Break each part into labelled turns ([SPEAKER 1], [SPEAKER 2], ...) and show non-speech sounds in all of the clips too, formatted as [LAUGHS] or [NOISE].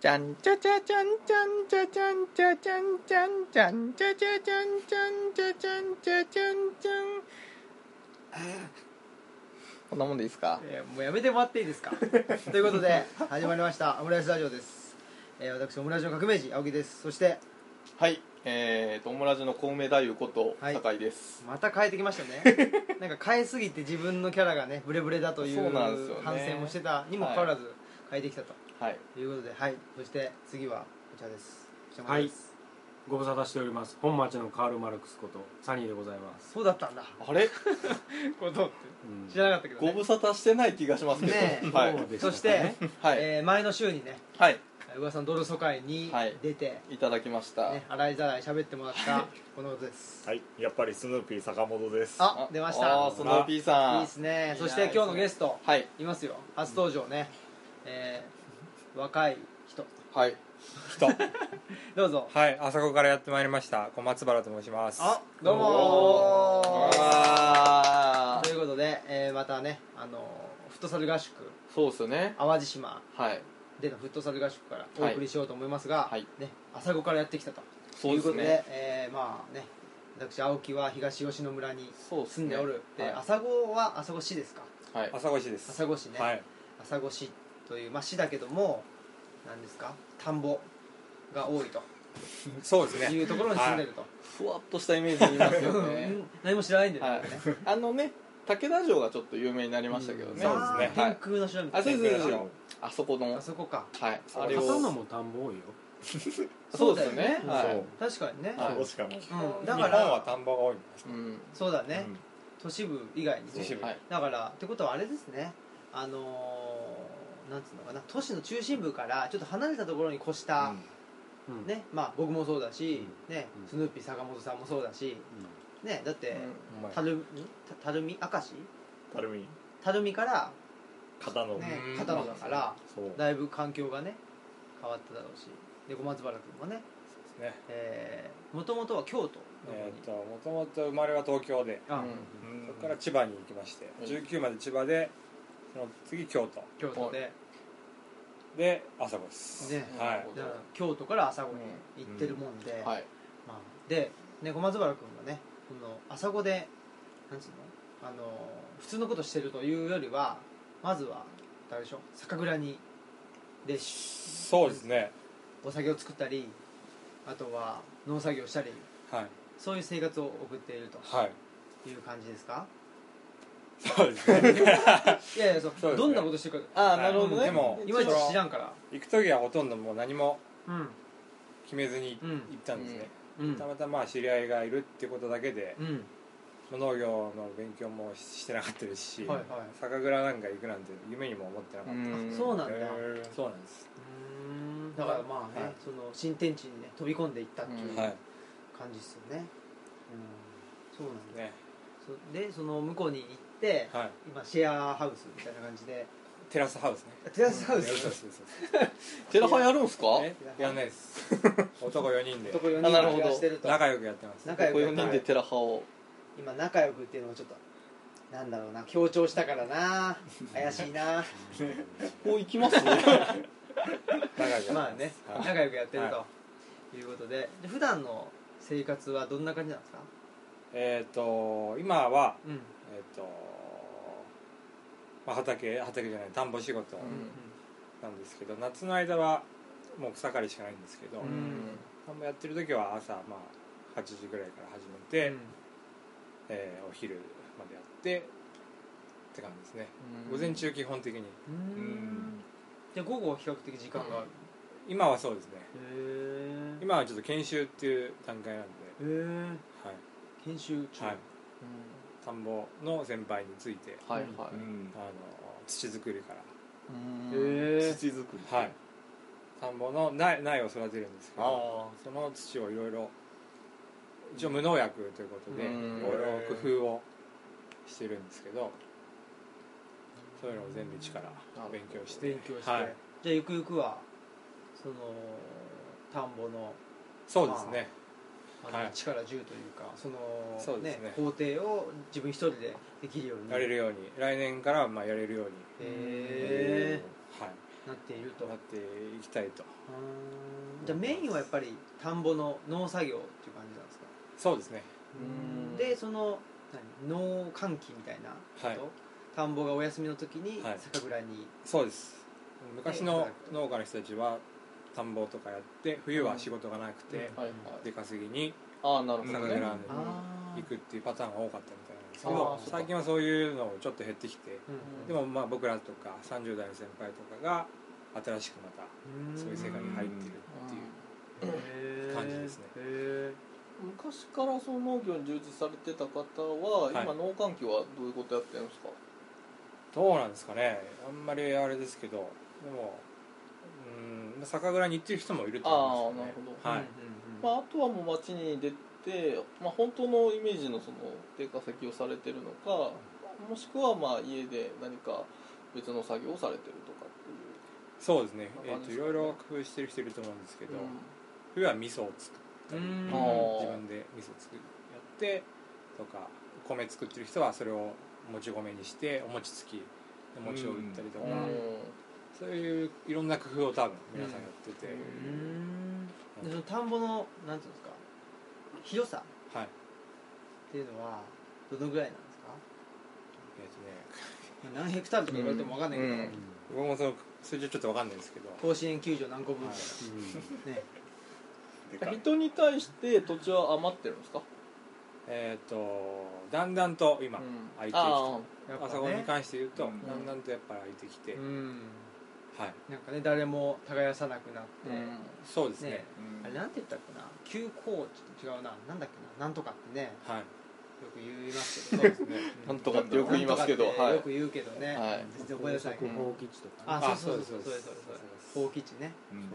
[SPEAKER 1] ちゃんちゃちゃちゃんちゃんちゃちゃんちゃちゃんちゃんちゃんちゃちゃちゃんちゃんちゃちゃんちゃちゃんちゃんこんなもんでいいですか
[SPEAKER 2] えーもうやめてもらっていいで
[SPEAKER 1] [LAUGHS]
[SPEAKER 2] すかということで始まりましたオムライスラジオです、えー私オムライスの革命児青木ですそして
[SPEAKER 1] はいえーとオムラジの小梅太夫こと
[SPEAKER 2] はい
[SPEAKER 1] 酒井です
[SPEAKER 2] また変えてきまし
[SPEAKER 1] [LAUGHS]
[SPEAKER 2] たねなんか変えすぎて自分のキャラがねブレブレだとい
[SPEAKER 1] そう
[SPEAKER 2] う
[SPEAKER 1] なんですよね
[SPEAKER 2] 反省もしてたにもかかわらず変えてきたと
[SPEAKER 1] はい
[SPEAKER 2] いうことではいそして次はこちらですこちらも
[SPEAKER 3] はい
[SPEAKER 2] です
[SPEAKER 3] ご無沙汰しております本町のカール・マルクスことサニーでございます、
[SPEAKER 2] そうだったんだ
[SPEAKER 1] あれ
[SPEAKER 2] ことって
[SPEAKER 3] うん
[SPEAKER 2] 知らなかったけど
[SPEAKER 1] ご
[SPEAKER 2] ね
[SPEAKER 1] 無沙汰してない気がしますけど
[SPEAKER 2] ねえ
[SPEAKER 1] はい
[SPEAKER 3] そうでした
[SPEAKER 2] そ
[SPEAKER 3] ね
[SPEAKER 2] して、
[SPEAKER 1] はい
[SPEAKER 2] えー前の週にね
[SPEAKER 1] はい
[SPEAKER 2] 噂のドル疎開に
[SPEAKER 1] はい
[SPEAKER 2] 出て、
[SPEAKER 1] いただきました
[SPEAKER 2] ね、洗いざらい喋ってもらったこのことです
[SPEAKER 4] はい、やっぱりスヌーピー坂本です。
[SPEAKER 2] あ出ました
[SPEAKER 1] あースノーピーさん
[SPEAKER 2] いいですね
[SPEAKER 1] い
[SPEAKER 2] そして今日のゲスト
[SPEAKER 1] はい
[SPEAKER 2] いますよ初登場ね、えー若い人
[SPEAKER 1] はい
[SPEAKER 2] どうぞ
[SPEAKER 5] はい、あそこからやってまいりました小松原と申します
[SPEAKER 2] あどう
[SPEAKER 1] お
[SPEAKER 2] も
[SPEAKER 1] あ
[SPEAKER 2] ということで、えーまたねあのーフットサル合宿
[SPEAKER 1] そうですよね
[SPEAKER 2] 淡路島
[SPEAKER 1] はい
[SPEAKER 2] でのフットサル合宿からお送りしようと思いますが、
[SPEAKER 1] はい
[SPEAKER 2] ね、朝子からやってきたと
[SPEAKER 1] そうです
[SPEAKER 2] というこ
[SPEAKER 1] ね
[SPEAKER 2] とで、えーまあね私青木は東吉野村に
[SPEAKER 1] そうです
[SPEAKER 2] 住ん
[SPEAKER 1] ね
[SPEAKER 2] でおるで,、
[SPEAKER 1] はい
[SPEAKER 2] 朝子は朝子市ですか
[SPEAKER 1] はい
[SPEAKER 5] 朝越しです
[SPEAKER 2] 朝子市ね、
[SPEAKER 5] はい
[SPEAKER 2] 朝来市という、まあ、市だけども何ですか田んぼが多いと
[SPEAKER 5] そうです
[SPEAKER 2] い
[SPEAKER 5] ね
[SPEAKER 2] うところに住んでると、
[SPEAKER 1] ふわっとしたイメージにいますよね
[SPEAKER 2] [LAUGHS] うん何も知らないんだよね、
[SPEAKER 1] はいあのね武田城がちょっと有名になりましたけどね
[SPEAKER 5] うんそうですね
[SPEAKER 1] は
[SPEAKER 2] 天
[SPEAKER 1] い
[SPEAKER 2] 空の城みた
[SPEAKER 1] あ
[SPEAKER 2] いな
[SPEAKER 1] そうですそうです
[SPEAKER 5] はい
[SPEAKER 1] あそこの
[SPEAKER 2] あそこか
[SPEAKER 1] はいあれ
[SPEAKER 3] 片野
[SPEAKER 1] を
[SPEAKER 3] も田んぼ多いよ
[SPEAKER 1] そうですよね
[SPEAKER 2] そうだ
[SPEAKER 1] は
[SPEAKER 2] よ
[SPEAKER 1] い
[SPEAKER 2] 確かにね、
[SPEAKER 1] はい
[SPEAKER 4] そこしかない。
[SPEAKER 2] うん、
[SPEAKER 5] 日
[SPEAKER 2] だ
[SPEAKER 5] 本
[SPEAKER 2] から
[SPEAKER 5] は田んぼが多い
[SPEAKER 1] うん
[SPEAKER 2] そうだね、
[SPEAKER 4] うん
[SPEAKER 2] 都市部以外にね
[SPEAKER 5] 都市部
[SPEAKER 1] はい
[SPEAKER 2] だからってことはあれですねあのー、なんつうのかな都市の中心部からちょっと離れたところに越した、
[SPEAKER 3] うん、
[SPEAKER 2] ねまあ僕もそうだし、ね
[SPEAKER 3] うん
[SPEAKER 2] スヌーピー坂本さんもそうだし、ねだって、
[SPEAKER 5] ほんまや
[SPEAKER 2] たるんたたるみ明石
[SPEAKER 4] たるみ、
[SPEAKER 2] たるみから、
[SPEAKER 4] 片野。
[SPEAKER 2] ね
[SPEAKER 5] う、ん
[SPEAKER 2] 片野だから
[SPEAKER 4] そう。
[SPEAKER 2] だいぶ環境がね変わっただろうしで小松原君もね
[SPEAKER 5] ね
[SPEAKER 2] もともとは京都の方
[SPEAKER 5] え
[SPEAKER 2] に
[SPEAKER 5] ー、ともともと生まれは東京で
[SPEAKER 2] あ
[SPEAKER 1] うん
[SPEAKER 4] うん
[SPEAKER 5] そこから千葉に行きまして
[SPEAKER 1] うん
[SPEAKER 5] 19まで千葉でその次京都
[SPEAKER 2] 京都で
[SPEAKER 5] で朝子です、
[SPEAKER 2] ね
[SPEAKER 5] はい
[SPEAKER 2] だから京都から朝子に行ってるもんで、
[SPEAKER 1] はい
[SPEAKER 2] まあ、で、ね、小松原君がねその朝子でなんつうのあの普通のことしてるというよりはまずはあれでしょ酒蔵にで
[SPEAKER 5] そうですね
[SPEAKER 2] お酒を作ったりあとは農作業したり
[SPEAKER 5] はい
[SPEAKER 2] そういう生活を送っていると
[SPEAKER 5] はい
[SPEAKER 2] いう感じですか
[SPEAKER 5] そうです
[SPEAKER 2] [LAUGHS]
[SPEAKER 5] ね
[SPEAKER 2] いやいやそう
[SPEAKER 5] そうですね
[SPEAKER 2] どんなことしてるか
[SPEAKER 1] ああなるほどね
[SPEAKER 5] でも
[SPEAKER 2] いまいち知らんから
[SPEAKER 5] 行く時はほとんどもう何も
[SPEAKER 2] うん
[SPEAKER 5] 決めずに
[SPEAKER 2] うん
[SPEAKER 5] 行ったんですね、
[SPEAKER 2] うん
[SPEAKER 5] たまたま知り合いがいるってことだけで、
[SPEAKER 2] うん
[SPEAKER 5] 農業の勉強もしてなかったですし、
[SPEAKER 2] はいはい
[SPEAKER 5] 酒蔵なんか行くなんて夢にも思ってなか
[SPEAKER 1] う
[SPEAKER 5] っ
[SPEAKER 1] ん
[SPEAKER 2] あそう
[SPEAKER 5] た、
[SPEAKER 2] なんだう
[SPEAKER 5] そうなんです、
[SPEAKER 2] ーんだからまあね、
[SPEAKER 5] はい
[SPEAKER 2] その新天地にね飛び込んでいったっていう
[SPEAKER 1] うん
[SPEAKER 5] はい
[SPEAKER 2] 感じですよねうんそうなんだ、
[SPEAKER 5] ね
[SPEAKER 2] そでその向こうに行って、
[SPEAKER 5] はい、
[SPEAKER 2] 今シェアハウスみたいな感じで
[SPEAKER 5] テラスハウスね
[SPEAKER 2] テラスハウ
[SPEAKER 5] テラスハウ
[SPEAKER 2] ス
[SPEAKER 5] スです
[SPEAKER 1] 寺派やるんすか
[SPEAKER 5] えやんないです
[SPEAKER 2] [LAUGHS]
[SPEAKER 5] 男4人で
[SPEAKER 2] とこ4
[SPEAKER 1] あなるほど
[SPEAKER 2] 人暮らしてると
[SPEAKER 5] 仲良くやってます
[SPEAKER 2] 仲良
[SPEAKER 1] こ
[SPEAKER 2] く
[SPEAKER 1] う4人で寺派を
[SPEAKER 2] 今仲良くっていうのがちょっとなんだろうな強調したからな怪しいな
[SPEAKER 1] こう行きますね
[SPEAKER 5] 仲良くやってます
[SPEAKER 2] まあね
[SPEAKER 5] はい
[SPEAKER 2] 仲良くやってる
[SPEAKER 5] は
[SPEAKER 2] ということでで普段の生活はどんな感じなんですか
[SPEAKER 5] えっ、と今は
[SPEAKER 2] うんうん
[SPEAKER 5] えっ、と、まあ、畑畑じゃない田んぼ仕事なんですけど、夏の間はもう草刈りしかないんですけど、
[SPEAKER 2] う
[SPEAKER 1] うんん
[SPEAKER 5] 田んぼやってる時は朝、まあ、8時ぐらいから始めて、えーお昼までやってって感じですね、午前中基本的に
[SPEAKER 2] うんうんで午後は比較的時間がある
[SPEAKER 5] 今はそうですね
[SPEAKER 2] へ
[SPEAKER 5] 今はちょっと研修っていう段階なんで、
[SPEAKER 2] えへえ
[SPEAKER 5] はい
[SPEAKER 2] 研修中
[SPEAKER 5] はい、
[SPEAKER 1] うん
[SPEAKER 5] 田んぼの先輩について
[SPEAKER 1] はい
[SPEAKER 4] うん
[SPEAKER 1] は
[SPEAKER 5] あの土作りか
[SPEAKER 1] い
[SPEAKER 5] ら、
[SPEAKER 2] へえ
[SPEAKER 1] 土作り
[SPEAKER 5] はい、田んぼの苗苗を育てるんですけど
[SPEAKER 4] あ
[SPEAKER 5] その土をいろいろ一応無農薬ということでい
[SPEAKER 1] うん
[SPEAKER 5] ろいろ工夫をしてるんですけどそういうのを全部一から勉強して
[SPEAKER 2] 勉強して、
[SPEAKER 5] はい
[SPEAKER 2] じゃあゆくゆくはその田んぼの
[SPEAKER 5] そうですね、
[SPEAKER 2] あの
[SPEAKER 5] はい
[SPEAKER 2] 1から10というか、その
[SPEAKER 5] そうですね
[SPEAKER 2] 工程を自分一人でできるように
[SPEAKER 5] やれるように来年からはまあやれるように、
[SPEAKER 2] へえ
[SPEAKER 5] はい
[SPEAKER 2] なっていると
[SPEAKER 5] なっていきたいと
[SPEAKER 2] うんじゃあメインはやっぱり田んぼの農作業っていう感じなんですか
[SPEAKER 5] そうですね
[SPEAKER 3] うん
[SPEAKER 2] でその何農喚起みたいなこと、
[SPEAKER 5] はい
[SPEAKER 2] 田んぼがお休みの時に
[SPEAKER 5] はい
[SPEAKER 2] 酒蔵に、
[SPEAKER 5] そうです昔の農家の人たちは田んぼとかやって冬は仕事がなくて、
[SPEAKER 2] うん
[SPEAKER 6] はいはい
[SPEAKER 5] 出稼ぎに
[SPEAKER 6] ああなる
[SPEAKER 5] 酒
[SPEAKER 6] ほど
[SPEAKER 5] 蔵に
[SPEAKER 6] ね
[SPEAKER 2] あー
[SPEAKER 5] 行くっていうパターンが多かったみたいなんですけ
[SPEAKER 2] あー
[SPEAKER 5] ど
[SPEAKER 6] そうか
[SPEAKER 5] 最近はそういうのもちょっと減ってきて
[SPEAKER 2] うん
[SPEAKER 5] でもまあ僕らとか30代の先輩とかが新しくまた
[SPEAKER 2] うん
[SPEAKER 5] そういう世界に入ってるっていう
[SPEAKER 2] へー
[SPEAKER 5] 感じですね
[SPEAKER 2] へ
[SPEAKER 6] 昔からその農業に充実されてた方は、
[SPEAKER 5] はい
[SPEAKER 6] 今農環境はどういうことやってるんですか
[SPEAKER 5] どうなんですかねあんまりあれですけどでもうん酒蔵に行ってる人もいると思いますよね
[SPEAKER 6] あーなるほ
[SPEAKER 2] ー
[SPEAKER 5] は
[SPEAKER 2] う
[SPEAKER 5] い、
[SPEAKER 2] んうんうん
[SPEAKER 6] まあ、あとはもう街に出て、まあ、本当のイメージのその出稼ぎをされてるのかもしくはまあ家で何か別の作業をされてるとかってい
[SPEAKER 5] そうですね
[SPEAKER 6] こん
[SPEAKER 5] え
[SPEAKER 6] な
[SPEAKER 5] ー
[SPEAKER 6] 感じで
[SPEAKER 5] とい
[SPEAKER 6] すかね
[SPEAKER 5] ろいろ工夫してる人いると思うんですけ
[SPEAKER 6] う、
[SPEAKER 5] ど、冬は味噌を作ったり
[SPEAKER 2] う
[SPEAKER 5] 自
[SPEAKER 2] ん
[SPEAKER 5] 分で味噌作るやってとか米作ってる人はそれをもち米にしてお餅つきで餅を売ったりとか、
[SPEAKER 6] うん
[SPEAKER 5] そういういろんな工夫を多分皆さんやってて、
[SPEAKER 2] うんでその田んぼのなんていうんですか広さ
[SPEAKER 5] はい
[SPEAKER 2] っていうのはどのぐらいなんですか
[SPEAKER 5] えっ、とね
[SPEAKER 2] まあ何ヘクタールとか言われても分かんないけど、
[SPEAKER 6] うん
[SPEAKER 5] 僕もその数字はちょっとわかんないですけど
[SPEAKER 2] 甲子園球場何個分みたいな、ね
[SPEAKER 4] でか
[SPEAKER 6] うん
[SPEAKER 4] い
[SPEAKER 6] 人に対して土地は余ってるんですか、
[SPEAKER 5] えっ、とだんだんと今、
[SPEAKER 6] うん
[SPEAKER 5] 空いてきた
[SPEAKER 6] あ
[SPEAKER 2] やっぱね
[SPEAKER 5] 朝ごはんに関して言うと、
[SPEAKER 4] うん
[SPEAKER 5] だんだんとやっぱり空いてきて、
[SPEAKER 2] うん
[SPEAKER 5] はい
[SPEAKER 2] なんかね誰も耕さなくなっ
[SPEAKER 6] あ、
[SPEAKER 2] て、
[SPEAKER 6] うん
[SPEAKER 5] そうです
[SPEAKER 2] ね
[SPEAKER 5] ね
[SPEAKER 2] あれなんて言ったっけな休校ちょっと違うななんだっけななんとかってね
[SPEAKER 5] はい
[SPEAKER 2] よく言いますけ
[SPEAKER 5] そ
[SPEAKER 2] ど
[SPEAKER 5] うですね
[SPEAKER 6] [LAUGHS] なんとかってよく言いますけど
[SPEAKER 2] なんとか
[SPEAKER 6] は
[SPEAKER 2] って
[SPEAKER 6] い
[SPEAKER 2] よく言うけどね、
[SPEAKER 6] はい
[SPEAKER 2] 全然覚えなさい、
[SPEAKER 6] うん
[SPEAKER 3] 放棄地とかね
[SPEAKER 2] あそうそうそうそうそうです
[SPEAKER 5] そうです
[SPEAKER 2] そうです放棄地ね、
[SPEAKER 4] うん
[SPEAKER 3] そう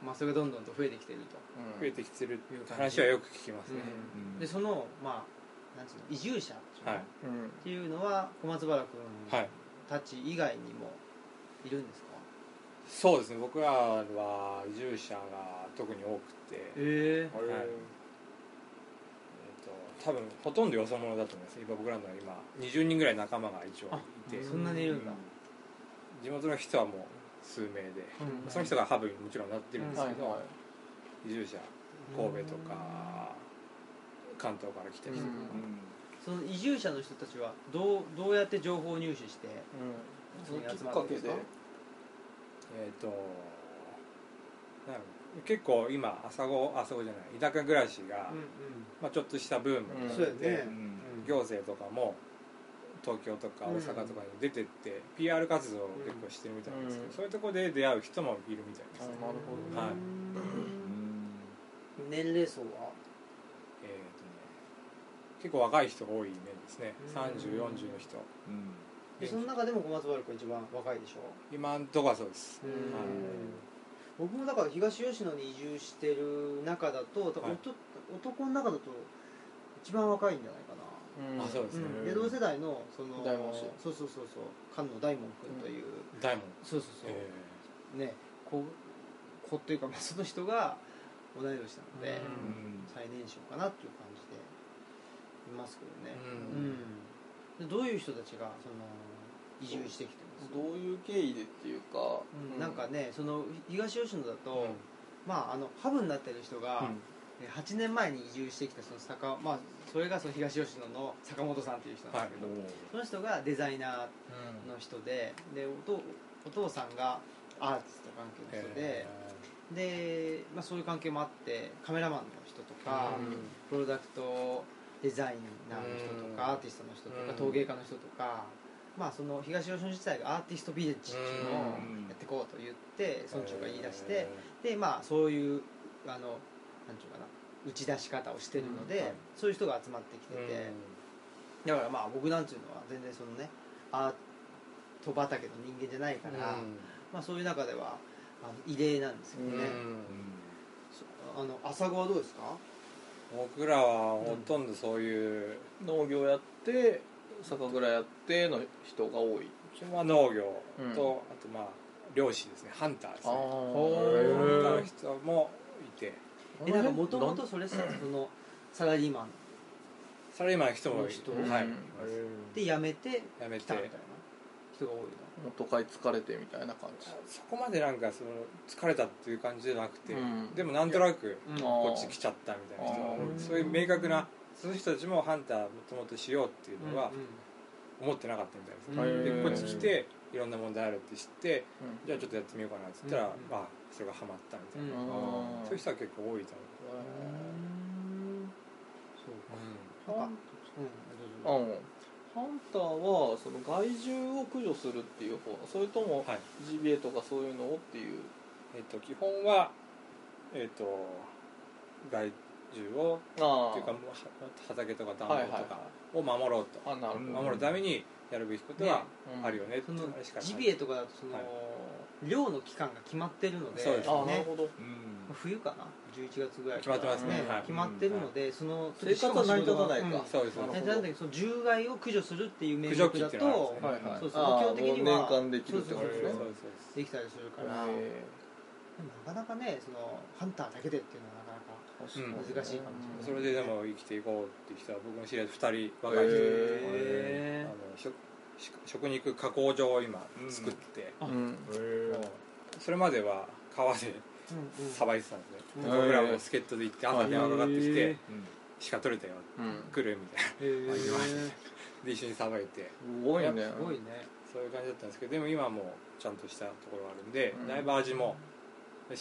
[SPEAKER 2] うん、まあそれがどんどんと増えてきている
[SPEAKER 6] うん
[SPEAKER 5] 増えてきてるっていう話はよく聞きます
[SPEAKER 2] と、
[SPEAKER 5] ね、
[SPEAKER 4] うん
[SPEAKER 2] でそのまあなんつうの移住者っていうの
[SPEAKER 5] はい
[SPEAKER 6] うん
[SPEAKER 2] っていうのは小松原君
[SPEAKER 5] はい
[SPEAKER 2] たち以外にもいるんですか、
[SPEAKER 5] そうですね僕らは移住者が特に多くて、えっ
[SPEAKER 2] え
[SPEAKER 4] あれ
[SPEAKER 5] はいと多分ほとんどよそ者だと思います今僕らの今20人ぐらい仲間が一応いて
[SPEAKER 2] そんなにいるんだ、
[SPEAKER 5] 地元の人はもう数名で、
[SPEAKER 2] うん
[SPEAKER 5] その人がハブにもちろんなってるんです
[SPEAKER 6] はい
[SPEAKER 5] けど、
[SPEAKER 6] は
[SPEAKER 5] 移住者神戸とか関東から来た人とか、
[SPEAKER 6] うん
[SPEAKER 2] その移住者の人たちはどうどうやって情報を入手して
[SPEAKER 6] い、うん、そ
[SPEAKER 2] そこ
[SPEAKER 6] の
[SPEAKER 2] に
[SPEAKER 6] きっ
[SPEAKER 2] 集ま
[SPEAKER 6] か
[SPEAKER 2] るん
[SPEAKER 6] け
[SPEAKER 2] です
[SPEAKER 6] で
[SPEAKER 2] か
[SPEAKER 5] えっ、となんか結構今朝ご朝ごじゃない田舎暮らしが、まあ、ちょっとしたブームになっ
[SPEAKER 6] そう
[SPEAKER 5] て
[SPEAKER 6] や
[SPEAKER 5] て、
[SPEAKER 4] うんうん
[SPEAKER 5] 行政とかも東京とか大阪とかに出てって、PR 活動を結構してるみたいなんですけど、
[SPEAKER 6] うん
[SPEAKER 5] そういうとこで出会う人もいるみたいですね、
[SPEAKER 6] なるほど
[SPEAKER 5] はい
[SPEAKER 4] うん
[SPEAKER 2] 年齢層は
[SPEAKER 5] えーとね結構若い人が多いイメージですね、
[SPEAKER 2] うん
[SPEAKER 5] 3040の人
[SPEAKER 4] うん
[SPEAKER 2] でその中でも小松原君一番若いでしょ
[SPEAKER 5] 今んとこはそうです、
[SPEAKER 6] ん
[SPEAKER 2] 僕もだから東吉野に移住してる中だと多分
[SPEAKER 5] はい
[SPEAKER 2] おと男の中だと一番若いんじゃないかな
[SPEAKER 6] うん
[SPEAKER 5] あそうですね、
[SPEAKER 2] うんで同世代のその
[SPEAKER 6] 大門氏
[SPEAKER 2] そうそうそうそう菅野大門君という、
[SPEAKER 5] 大門
[SPEAKER 2] そうそうそう、
[SPEAKER 5] え
[SPEAKER 2] ねこ子っていうか、まあ、その人が同い年なので、
[SPEAKER 5] ー
[SPEAKER 4] うん
[SPEAKER 2] 最年少かなっていう感じでいますけどね、
[SPEAKER 5] うん
[SPEAKER 2] うんでどういう人たちがその移住してきてます
[SPEAKER 6] どういう経緯でっていうか、
[SPEAKER 2] うんなんかねその東吉野だと、
[SPEAKER 5] うん
[SPEAKER 2] まああのハブになってる人が、
[SPEAKER 5] うん
[SPEAKER 2] え8年前に移住してきたその坂、まあ、それがその東吉野の坂本さんっていう人なんですけど、その人がデザイナーの人ででおとお父さんがアーティスト関係の人で
[SPEAKER 5] え、
[SPEAKER 2] で、まあ、そういう関係もあってカメラマンの人とか
[SPEAKER 5] ー、
[SPEAKER 2] プロダクトデザイナーの人と
[SPEAKER 5] うん
[SPEAKER 2] かアーティストの人と
[SPEAKER 5] う
[SPEAKER 2] か
[SPEAKER 5] ん
[SPEAKER 2] 陶芸家の人とか、まあ、その東吉野自体がアーティストビレッジっていうのを
[SPEAKER 4] うん
[SPEAKER 2] やっていこうと言って村長が言い出して、でまあそういうあのなんていうかな打ち出し方をしてるので、
[SPEAKER 5] うんはい
[SPEAKER 2] そういう人が集まってきて
[SPEAKER 5] えー
[SPEAKER 2] て。だからまあ僕なんていうのは全然そのねアート畑の人間じゃないから、まあ、そういう中ではあの異例なんですけ
[SPEAKER 5] うん
[SPEAKER 2] どね、
[SPEAKER 4] うん
[SPEAKER 2] そあの朝子はどうですか
[SPEAKER 5] 僕らはほとんどそういう、
[SPEAKER 6] 農業やって酒蔵やっての人が多い
[SPEAKER 5] 基本は農業と、
[SPEAKER 6] うん
[SPEAKER 5] あとまあ漁師ですねハンターですねハンター
[SPEAKER 6] ー
[SPEAKER 5] の人もいて
[SPEAKER 2] えなんかもともとそれさそのサラリーマン
[SPEAKER 5] サラリーマンの人もい
[SPEAKER 2] の人
[SPEAKER 5] はい
[SPEAKER 6] うん
[SPEAKER 5] います
[SPEAKER 2] で辞めて
[SPEAKER 5] 辞め
[SPEAKER 2] 来たみたいな
[SPEAKER 5] て
[SPEAKER 2] 人が多いの
[SPEAKER 6] もう都会疲れてみたいな感じ
[SPEAKER 5] そこまでなんかその疲れたっていう感じじゃなくて、
[SPEAKER 6] うん
[SPEAKER 5] でもなんとなく
[SPEAKER 2] うん
[SPEAKER 5] こっち来ちゃったみたいな人が多い
[SPEAKER 2] あー
[SPEAKER 5] そういう明確なその人たちもハンターもともとしようっていうのは
[SPEAKER 2] うんうん
[SPEAKER 5] 思ってなかったみたいです、
[SPEAKER 6] うん
[SPEAKER 5] でこっち来ていろんな問題あるって知って
[SPEAKER 6] う
[SPEAKER 5] じゃあちょっとやってみようかなって言ったら、
[SPEAKER 2] うんうん
[SPEAKER 5] まあそれがハマったみたいな、
[SPEAKER 6] ん
[SPEAKER 2] うん
[SPEAKER 5] そういう人は結構多いと
[SPEAKER 2] そうか、
[SPEAKER 6] うん
[SPEAKER 2] うん、
[SPEAKER 6] あのハンターはその害獣を駆除するっていう方それとも
[SPEAKER 5] 思う、はい
[SPEAKER 6] GBA とかそういうのをっていう
[SPEAKER 5] えっと基本はえっ、と害獣を
[SPEAKER 6] あ
[SPEAKER 5] っていうか
[SPEAKER 6] あ
[SPEAKER 5] もうは畑とか田んぼ
[SPEAKER 6] はいはい
[SPEAKER 5] とかを守ろうと、
[SPEAKER 6] あなるほど
[SPEAKER 5] 守るためにやるべきことはあるよねって
[SPEAKER 2] その
[SPEAKER 5] あれしかない
[SPEAKER 2] ジビエとかだとその、
[SPEAKER 5] はい
[SPEAKER 2] 量の期間が決まってるので
[SPEAKER 5] そうです
[SPEAKER 6] ああなる
[SPEAKER 2] ね
[SPEAKER 6] ほど
[SPEAKER 4] うん
[SPEAKER 2] 冬かな11月ぐらい
[SPEAKER 5] 決まってますねはい
[SPEAKER 2] 決まってるので、その
[SPEAKER 6] 生活は成り立たないか、
[SPEAKER 2] うん
[SPEAKER 5] そうです
[SPEAKER 6] なるほ
[SPEAKER 2] え
[SPEAKER 6] ど
[SPEAKER 2] なんだけどその獣害を駆除するっていう名目だと
[SPEAKER 5] 駆除機っていうのがあるんですね
[SPEAKER 6] はいはい
[SPEAKER 2] そうそう
[SPEAKER 6] ああ
[SPEAKER 2] 基本的には
[SPEAKER 6] もう年間できるって
[SPEAKER 2] そ
[SPEAKER 6] こ
[SPEAKER 2] う
[SPEAKER 5] そ
[SPEAKER 6] と
[SPEAKER 5] う
[SPEAKER 2] そう
[SPEAKER 5] で
[SPEAKER 2] そう
[SPEAKER 5] すそう
[SPEAKER 2] できたりするから、
[SPEAKER 6] へ
[SPEAKER 2] でもなかなかねそのハンターだけでっていうのはなか
[SPEAKER 6] ー
[SPEAKER 2] なか
[SPEAKER 5] うん
[SPEAKER 6] 確かに
[SPEAKER 2] 難しいかもしれない
[SPEAKER 5] ですそれででも生きていこうっていう人は僕の知り合い2人若い
[SPEAKER 2] へ
[SPEAKER 5] 人あの食食食肉加工場を今
[SPEAKER 4] うん
[SPEAKER 5] 作って、
[SPEAKER 6] うん
[SPEAKER 5] もうそれまでは川で
[SPEAKER 2] うんうん
[SPEAKER 5] さばいてたんです
[SPEAKER 2] うん
[SPEAKER 5] ね、僕らも助っ人で行って朝電話かかってき
[SPEAKER 2] へ
[SPEAKER 5] て
[SPEAKER 2] ー
[SPEAKER 5] 「鹿取れたよ
[SPEAKER 6] うん
[SPEAKER 5] 来る?」みたい
[SPEAKER 2] へー
[SPEAKER 5] あいましたねなで一緒にさばいて
[SPEAKER 6] すごいね
[SPEAKER 2] すごいね
[SPEAKER 5] そういう感じだったんですけどでも今はもうちゃんとしたところがあるんで、
[SPEAKER 6] うん
[SPEAKER 5] だいぶ味も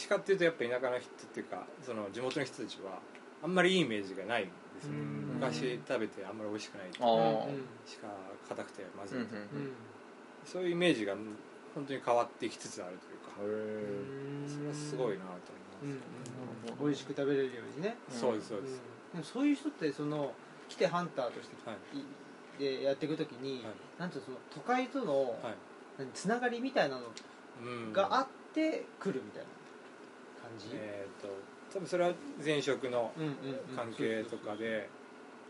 [SPEAKER 5] 鹿っていうとやっぱ田舎の人っていうかその地元の人たちはあんまりいいイメージがないんですよ、
[SPEAKER 2] うん
[SPEAKER 5] 昔食べてあんまり美味しくない
[SPEAKER 6] ああ
[SPEAKER 5] 鹿硬くてまず
[SPEAKER 6] う
[SPEAKER 5] い
[SPEAKER 6] んう
[SPEAKER 5] と、
[SPEAKER 6] ん
[SPEAKER 5] そういうイメージが本当に変わってきつつあるというか、それはすごい
[SPEAKER 2] い
[SPEAKER 5] なと思います、
[SPEAKER 2] うんうん美味しく食べれるようにね
[SPEAKER 5] そうですそううんで、
[SPEAKER 2] ですもそういう人ってその来てハンターとして
[SPEAKER 5] はい
[SPEAKER 2] いでやっていくときに、
[SPEAKER 5] はい
[SPEAKER 2] なんていうのその都会との
[SPEAKER 5] はい
[SPEAKER 2] 何つながりみたいなの
[SPEAKER 5] うん
[SPEAKER 2] があって来るみたいな感じ、
[SPEAKER 5] えっ、と多分それは前職の
[SPEAKER 2] うんうんうん
[SPEAKER 5] 関係とかで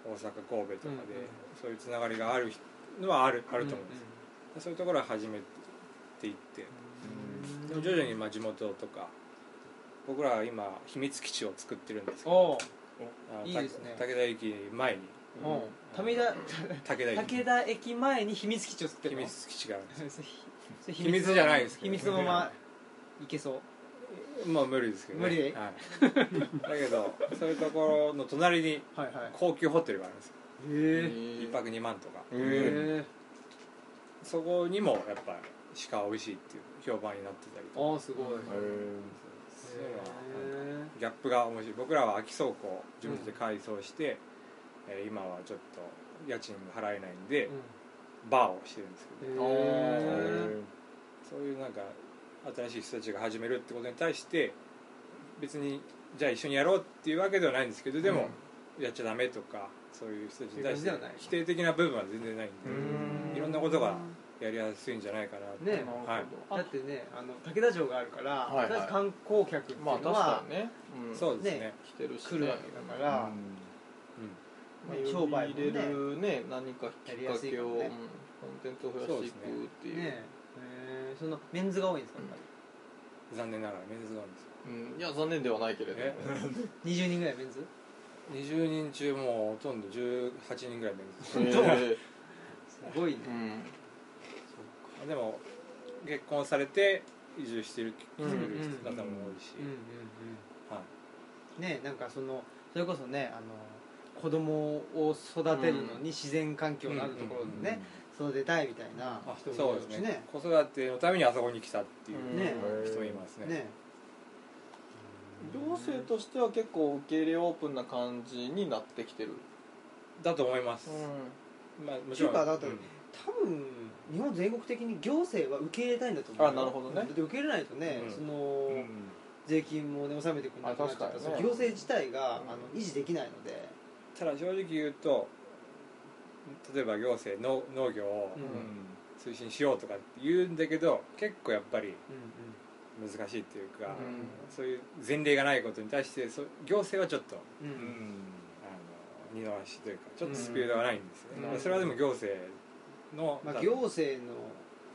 [SPEAKER 5] 大阪神戸とかで
[SPEAKER 2] うんうん
[SPEAKER 5] そういうつながりがある人のはあるあ
[SPEAKER 2] あ
[SPEAKER 5] ると思うんです、そういうところは始めていってでも
[SPEAKER 2] うん
[SPEAKER 5] 徐々にまあ地元とか僕らは今秘密基地を作ってるんですけ
[SPEAKER 2] おう
[SPEAKER 5] どあの
[SPEAKER 2] いいですね
[SPEAKER 5] た武田駅前に
[SPEAKER 2] おう武田
[SPEAKER 5] 武田駅
[SPEAKER 2] 武田駅前に秘密基地を作って
[SPEAKER 5] 秘
[SPEAKER 2] るの [LAUGHS]
[SPEAKER 5] 密基地があるんで
[SPEAKER 2] それそれ
[SPEAKER 5] 秘密じゃないですけ
[SPEAKER 2] 秘
[SPEAKER 5] ど
[SPEAKER 2] 密のままいけそう
[SPEAKER 5] すまあ無理ですけど、ね、
[SPEAKER 2] 無理
[SPEAKER 5] はいだけどそういうところの隣に
[SPEAKER 2] はいはい
[SPEAKER 5] 高級ホテルがあるんですよ
[SPEAKER 2] へ
[SPEAKER 5] 一泊2万とか
[SPEAKER 2] えへえ
[SPEAKER 5] そこにもやっぱ鹿は美味しいっていう評判になってたりとか
[SPEAKER 2] ああすごいへ
[SPEAKER 5] そういうのは
[SPEAKER 2] え
[SPEAKER 5] ギャップが面白い僕らは空き倉庫を自分たちで改装して、えー今はちょっと家賃が払えないんで、バーをしてるんですけど、
[SPEAKER 2] うんへえ
[SPEAKER 6] ー
[SPEAKER 5] そういうなんか新しい人たちが始めるってことに対して別にじゃあ一緒にやろうっていうわけではないんですけどでも、やっちゃダメとかそういう人たちに
[SPEAKER 2] そういう感
[SPEAKER 5] 対して
[SPEAKER 2] じではない
[SPEAKER 5] 否定的な部分は全然ないんで、いろんなことがやりやすいんじゃないかなって、
[SPEAKER 2] ね
[SPEAKER 5] はい、
[SPEAKER 2] だってねあの武田城があるから、
[SPEAKER 6] はいはい
[SPEAKER 2] 観光客っていうの
[SPEAKER 6] まあ
[SPEAKER 2] は、
[SPEAKER 6] 確かにねうん
[SPEAKER 5] そうですね
[SPEAKER 2] ね
[SPEAKER 6] 来てるしね
[SPEAKER 2] 来るわけだから、
[SPEAKER 6] まあ
[SPEAKER 2] ね商売も
[SPEAKER 6] 入れ
[SPEAKER 2] ね
[SPEAKER 6] るね何かきっかけをうん
[SPEAKER 2] やりやすいからね
[SPEAKER 6] コンテンツを増やしていくっていう
[SPEAKER 2] ねえーそのメンズが多いんですかやっぱ
[SPEAKER 5] 残念ながら面接があるんですよ
[SPEAKER 6] うんいや残念ではないけれども
[SPEAKER 5] え
[SPEAKER 2] り20人ぐらいメンズ
[SPEAKER 5] 20人中もうほとんど18人ぐらい面接
[SPEAKER 6] え
[SPEAKER 2] すごいね
[SPEAKER 6] ーうん
[SPEAKER 5] でも結婚されて移住してる来てる人方も多いし、
[SPEAKER 2] うんうん
[SPEAKER 5] はい
[SPEAKER 2] うんねえなんかそのそれこそねあの子供を育てるのに自然環境のあるところでね、育てたいみたいな
[SPEAKER 5] あ
[SPEAKER 2] 人も
[SPEAKER 5] そ
[SPEAKER 2] 多
[SPEAKER 5] う
[SPEAKER 2] い
[SPEAKER 5] です
[SPEAKER 2] し
[SPEAKER 5] ね
[SPEAKER 2] ね
[SPEAKER 5] 子育てのためにあそこに来たっていううん
[SPEAKER 2] ね
[SPEAKER 5] 人もいますね,、
[SPEAKER 2] ねね
[SPEAKER 6] 行政としては結構受け入れオープンな感じになってきてる
[SPEAKER 5] だと思います、まあもちろん
[SPEAKER 2] 中華だと
[SPEAKER 5] うん
[SPEAKER 2] 多分日本全国的に行政は受け入れたいんだと思うよ
[SPEAKER 6] あなるほどね
[SPEAKER 2] だって受け入れないとね、
[SPEAKER 5] うん
[SPEAKER 2] その、税金もね納めてくれなくなっちゃっ
[SPEAKER 6] あ
[SPEAKER 2] たら、
[SPEAKER 6] 確
[SPEAKER 2] そ
[SPEAKER 6] かにね
[SPEAKER 2] の行政自体が、
[SPEAKER 6] うん
[SPEAKER 2] あの維持できないので、
[SPEAKER 5] ただ正直言うと例えば行政の農業を
[SPEAKER 2] うん
[SPEAKER 5] 推進しようとかって言うんだけど結構やっぱり
[SPEAKER 2] う
[SPEAKER 5] 難しいっていうか、
[SPEAKER 6] うん
[SPEAKER 5] そういう前例がないことに対してそ行政はちょっと
[SPEAKER 2] んうん
[SPEAKER 5] あの二の足というかちょっとスピードがないんですよ、ね
[SPEAKER 2] うん
[SPEAKER 5] それはでも行政の、
[SPEAKER 2] ま
[SPEAKER 5] 多
[SPEAKER 2] あ、
[SPEAKER 5] 分
[SPEAKER 2] 行政の、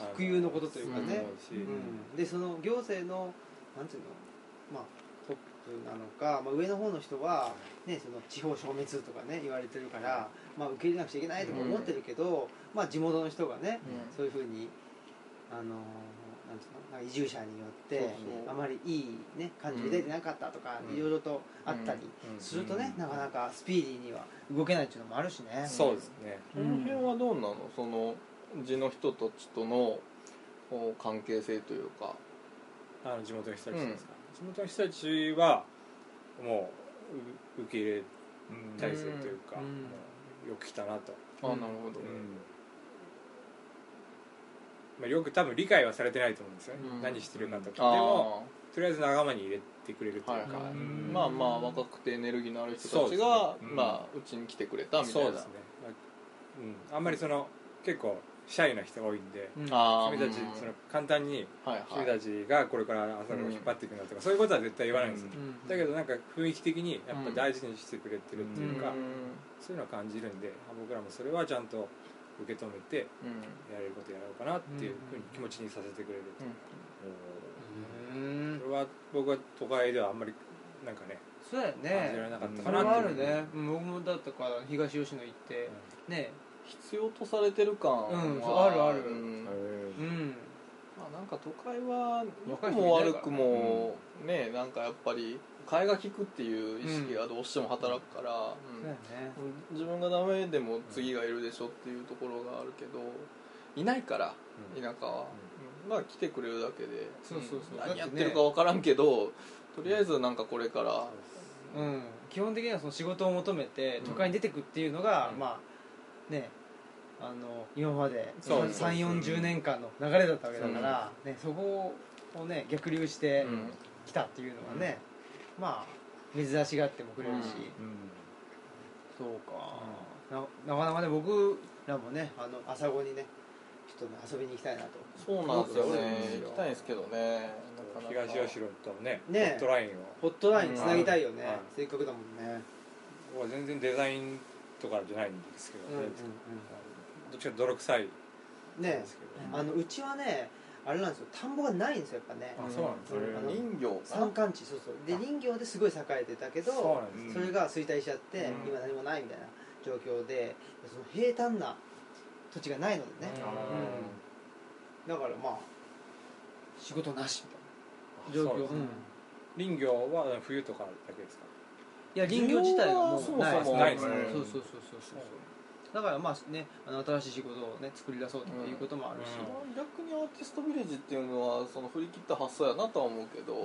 [SPEAKER 5] あ
[SPEAKER 2] 特有のことという
[SPEAKER 6] かね
[SPEAKER 5] そう
[SPEAKER 2] う
[SPEAKER 5] 思うし
[SPEAKER 2] ん、でその行政のなんていうの、まあ、トップなのか、まあ、上の方の人は、ね、その地方消滅とかね言われてるから、まあ、受け入れなくちゃいけないとか思ってるけど、まあ、地元の人がね、
[SPEAKER 6] う
[SPEAKER 2] そういうふうにあのなんつうのなんか移住者によって
[SPEAKER 6] そうそう
[SPEAKER 2] あまりいい、ね、感じで出てなかったとか、
[SPEAKER 5] うん
[SPEAKER 2] いろいろとあったりするとね、なかなかスピーディーには動けないっていうのもあるしね
[SPEAKER 5] そうですね
[SPEAKER 6] この辺はどうなのその地の人たちとのこう関係性というか
[SPEAKER 5] あの地元の人たちですか、地元の人たちはもうう受け入れ体制というか、
[SPEAKER 2] うん
[SPEAKER 5] もうよく来たなと、
[SPEAKER 6] あなるほど、
[SPEAKER 5] まあ、よく多分理解はされてないと思うんですよね、
[SPEAKER 6] うん
[SPEAKER 5] 何してるかとか、でも
[SPEAKER 6] あ
[SPEAKER 5] とりあえず仲間に入れてくれるという
[SPEAKER 6] はいは
[SPEAKER 5] か、
[SPEAKER 6] いあ
[SPEAKER 4] ん
[SPEAKER 6] まあまあ若くてエネルギーのある人たち
[SPEAKER 5] そ
[SPEAKER 6] が
[SPEAKER 4] うですねうん
[SPEAKER 6] まあうちに来てくれたみたい
[SPEAKER 5] そ
[SPEAKER 6] な
[SPEAKER 5] うですね、まあうん、あんまりその結構シャイな人が多いんで、
[SPEAKER 2] うん
[SPEAKER 6] ああ
[SPEAKER 5] 君たち
[SPEAKER 6] うん
[SPEAKER 5] その簡単に
[SPEAKER 6] はい
[SPEAKER 5] 君
[SPEAKER 6] はい
[SPEAKER 5] たちがこれから朝を引っ張っていくんだとか、そういうことは絶対言わないんですよ、
[SPEAKER 2] うん
[SPEAKER 5] だけどなんか雰囲気的にやっぱ大事にしてくれてるっていうか、
[SPEAKER 6] うん
[SPEAKER 5] そういうのは感じるんであ僕らもそれはちゃんと受け止めて
[SPEAKER 6] うん
[SPEAKER 5] やれることやろうかなっていうふうに気持ちにさせてくれる、
[SPEAKER 2] うん
[SPEAKER 5] それは僕は都会ではあんまりなんかね
[SPEAKER 2] そうだよ
[SPEAKER 5] 感じら
[SPEAKER 2] ね
[SPEAKER 5] れなかった
[SPEAKER 2] そ
[SPEAKER 5] か
[SPEAKER 2] れ
[SPEAKER 5] な
[SPEAKER 2] はあ
[SPEAKER 5] ってい
[SPEAKER 2] る
[SPEAKER 5] う、
[SPEAKER 2] ねうん僕もだったから東吉野行ってね
[SPEAKER 6] 必要とされてる感は
[SPEAKER 2] うんそうあるある
[SPEAKER 6] うん
[SPEAKER 2] うん
[SPEAKER 6] まあなんか都会は良
[SPEAKER 2] 若い
[SPEAKER 6] くも
[SPEAKER 2] 人いないからね
[SPEAKER 6] 悪くもねなんかやっぱり替えが利くっていう意識がどうしても働くから、
[SPEAKER 2] そう
[SPEAKER 6] うん
[SPEAKER 2] だよね
[SPEAKER 6] 自分がダメでも次がいるでしょっていうところがあるけどいないから
[SPEAKER 5] うん
[SPEAKER 6] 田舎は、まあ来てくれるだけで
[SPEAKER 2] そうそうそうんだって
[SPEAKER 6] 何
[SPEAKER 2] ね
[SPEAKER 6] やってるか分からんけどとりあえずなんかこれから
[SPEAKER 2] うん基本的にはその仕事を求めて
[SPEAKER 6] うん
[SPEAKER 2] 都会に出てくっていうのが、
[SPEAKER 5] うん
[SPEAKER 2] まあねあの今まで
[SPEAKER 5] そう
[SPEAKER 2] 3
[SPEAKER 5] そう
[SPEAKER 2] 3 4 0年間の流れだったわけだから、ね、そこをね逆流して
[SPEAKER 6] うん
[SPEAKER 2] きたっていうのはね、まあ珍しがってもくれるし、そうか、ななかなかね僕らもねあの朝子にねちょっとね遊びに行きたいなと
[SPEAKER 6] そうなんですよ
[SPEAKER 2] そう
[SPEAKER 6] ね
[SPEAKER 2] ですよ
[SPEAKER 6] 行きたいんですけどねなかなか
[SPEAKER 5] 東吉野とね
[SPEAKER 2] ね
[SPEAKER 5] ホットラインを
[SPEAKER 2] ホットラインつなぎたいよね、
[SPEAKER 5] うんはい
[SPEAKER 2] せっかくだもんね、
[SPEAKER 5] 僕は全然デザインとかじゃないんですけど、
[SPEAKER 2] うんうんう
[SPEAKER 5] ね
[SPEAKER 2] ん
[SPEAKER 5] どっちかというと泥臭い
[SPEAKER 2] ね
[SPEAKER 5] け
[SPEAKER 2] あのうちはねあれなんですよ田んぼがないんですよやっぱね、
[SPEAKER 5] あそうなんですね
[SPEAKER 2] あの
[SPEAKER 6] 人形か
[SPEAKER 2] 山間地そうそうで
[SPEAKER 5] あ
[SPEAKER 2] 林業ですごい栄えてたけど
[SPEAKER 5] そうなん
[SPEAKER 4] ですね
[SPEAKER 2] それが衰退しちゃって、
[SPEAKER 5] うん
[SPEAKER 2] 今何もないみたいな状況でその平坦な土地がないのでね、だからまあ仕事なしみたいな状
[SPEAKER 5] 状
[SPEAKER 2] 況、
[SPEAKER 5] 況、
[SPEAKER 2] うん
[SPEAKER 5] 林業は冬とかだけですか
[SPEAKER 2] いや林業自体がもうない
[SPEAKER 6] 需要はそもそも
[SPEAKER 5] ないです
[SPEAKER 2] そう
[SPEAKER 5] ね
[SPEAKER 2] そうそうそうそうだからまあねあの新しい仕事をね作り出そうということもあるし、
[SPEAKER 5] うん
[SPEAKER 6] 逆にアーティストビレッジっていうのはその振り切った発想やなとは思うけど、
[SPEAKER 5] ん
[SPEAKER 6] うん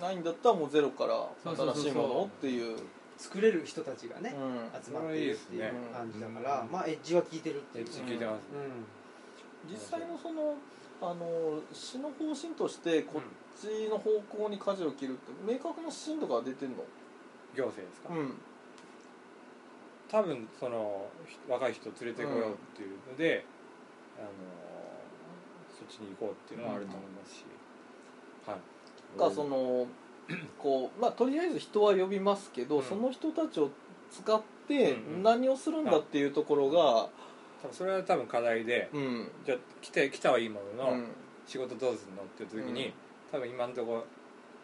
[SPEAKER 6] ないんだったらもうゼロから
[SPEAKER 2] そうそうそうそ
[SPEAKER 6] 新
[SPEAKER 2] う
[SPEAKER 6] しいものっていう
[SPEAKER 2] 作れる人たちがね、
[SPEAKER 6] うん
[SPEAKER 2] 集まっているっていう感じだから、
[SPEAKER 5] うん
[SPEAKER 2] まあエッジは効いてるって
[SPEAKER 5] エ
[SPEAKER 2] いう
[SPEAKER 5] ッジ聞いてます、
[SPEAKER 6] 実際のそのあの詩の方針としてこっちの方向に舵を切るって明確な指針とかは出てんの
[SPEAKER 5] 行政ですか、
[SPEAKER 6] ん
[SPEAKER 5] 多分そのひ若い人連れてこようっていうので、あのそっちに行こうっていうのはあると思いますし、はい
[SPEAKER 6] かその [CLEARS THROAT] こうまあとりあえず人は呼びますけど、
[SPEAKER 5] うん
[SPEAKER 6] その人たちを使って
[SPEAKER 5] うんうん
[SPEAKER 6] 何をするんだっていうところが
[SPEAKER 5] 多分それは多分課題で、
[SPEAKER 6] うんうん
[SPEAKER 5] じゃあ来て来たはいいものの、
[SPEAKER 6] うん
[SPEAKER 5] 仕事どうするのっていう時に、
[SPEAKER 6] うん
[SPEAKER 5] 多分今のところ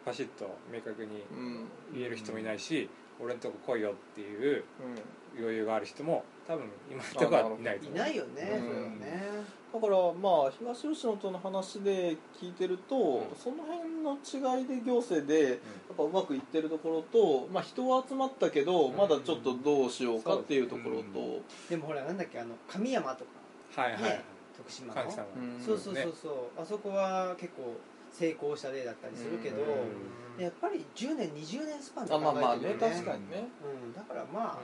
[SPEAKER 5] パシッと明確に言える人もいないし、俺のとこ来いよっていう余裕がある人も多分今のところはいないと
[SPEAKER 2] い
[SPEAKER 5] 思う
[SPEAKER 2] ないよね、
[SPEAKER 6] うん
[SPEAKER 2] それはね
[SPEAKER 6] だからまあ東吉野との話で聞いてると、
[SPEAKER 5] ん
[SPEAKER 6] その辺の違いで行政でやっぱうまくいってるところと、まあ、人は集まったけど
[SPEAKER 5] ん
[SPEAKER 6] まだちょっとどうしようかっていうところと、
[SPEAKER 2] でもほらなんだっけあの神山とか
[SPEAKER 5] はいはい、
[SPEAKER 2] ね徳島の
[SPEAKER 5] 神木さんは、
[SPEAKER 6] うん
[SPEAKER 2] そうそうそうそう、あそこは結構成功した例だったりするけど、
[SPEAKER 5] うん
[SPEAKER 2] やっぱり10年20年スパンで
[SPEAKER 6] あまあまあ
[SPEAKER 2] 考えて
[SPEAKER 6] ね
[SPEAKER 2] るよ
[SPEAKER 6] 確かにね、
[SPEAKER 2] うん、だからま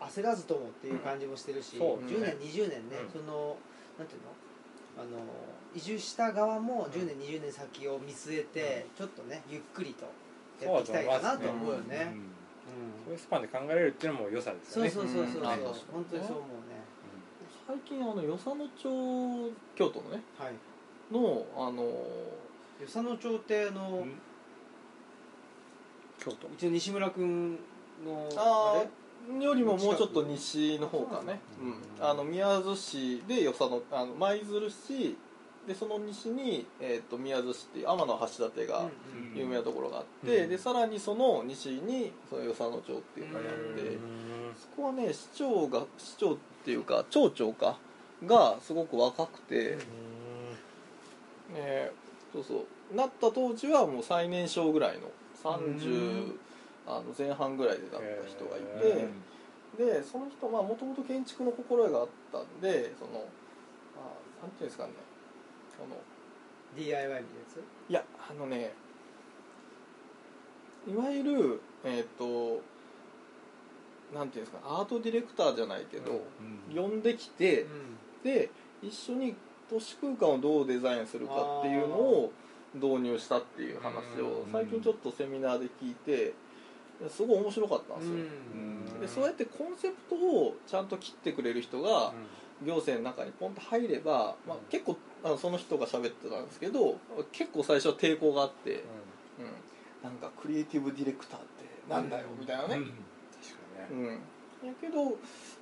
[SPEAKER 2] あ、焦らずともっていう感じもしてるし、
[SPEAKER 5] うんそう
[SPEAKER 2] 10年20年ね、
[SPEAKER 5] う
[SPEAKER 2] そのなんていうのあの移住した側も10年、20年先を見据えて、ちょっとねゆっくりとやっていきたいかなと思うよね
[SPEAKER 5] そういうスパンで考えれるっていうのも良さです
[SPEAKER 2] そ
[SPEAKER 5] よ
[SPEAKER 2] う
[SPEAKER 5] ね
[SPEAKER 2] そうそうそうそ
[SPEAKER 6] う
[SPEAKER 2] う、
[SPEAKER 6] ん
[SPEAKER 2] 本
[SPEAKER 6] あ確かにね
[SPEAKER 2] 当にそう思うね
[SPEAKER 6] 最近あの与謝野町京都のね
[SPEAKER 2] はい
[SPEAKER 6] のあの
[SPEAKER 2] 与謝野町ってあの、
[SPEAKER 5] ん京都
[SPEAKER 2] うちの西村君のあ
[SPEAKER 6] あ
[SPEAKER 2] れ
[SPEAKER 6] ーよりももうちょっと西の方かね、
[SPEAKER 5] うん
[SPEAKER 6] うんあの宮津市でよさのあの舞鶴市でその西に、えー、と宮津市っていう天橋立が
[SPEAKER 2] うん
[SPEAKER 6] 有名なところがあって、
[SPEAKER 5] うん
[SPEAKER 6] でさらにその西にその与謝野町っていうのがあって、
[SPEAKER 2] うん
[SPEAKER 6] そこはね市長が市長っていうか町長かがすごく若くて、えーそうそうなった当時はもう最年少ぐらいの30あの前半ぐらいでだった人がいて
[SPEAKER 5] へ
[SPEAKER 6] でその人はもともと建築の心得があったんでそのまあなんていうんですかねあの
[SPEAKER 2] DIY みたいなやつ
[SPEAKER 6] いやあのねいわゆるえっ、となんていうんですかアートディレクターじゃないけど、呼んできて、で一緒に都市空間をどうデザインするかっていうのを導入したっていう話を
[SPEAKER 4] うん
[SPEAKER 6] 最近ちょっとセミナーで聞いてすごい面白かったんですよ、でそうやってコンセプトをちゃんと切ってくれる人が行政の中にポンと入れば、まあ、結構あのその人が喋ってたんですけど結構最初は抵抗があって、うん、なんかクリエイティブディレクターってなんだよみたいなね、うん、やけど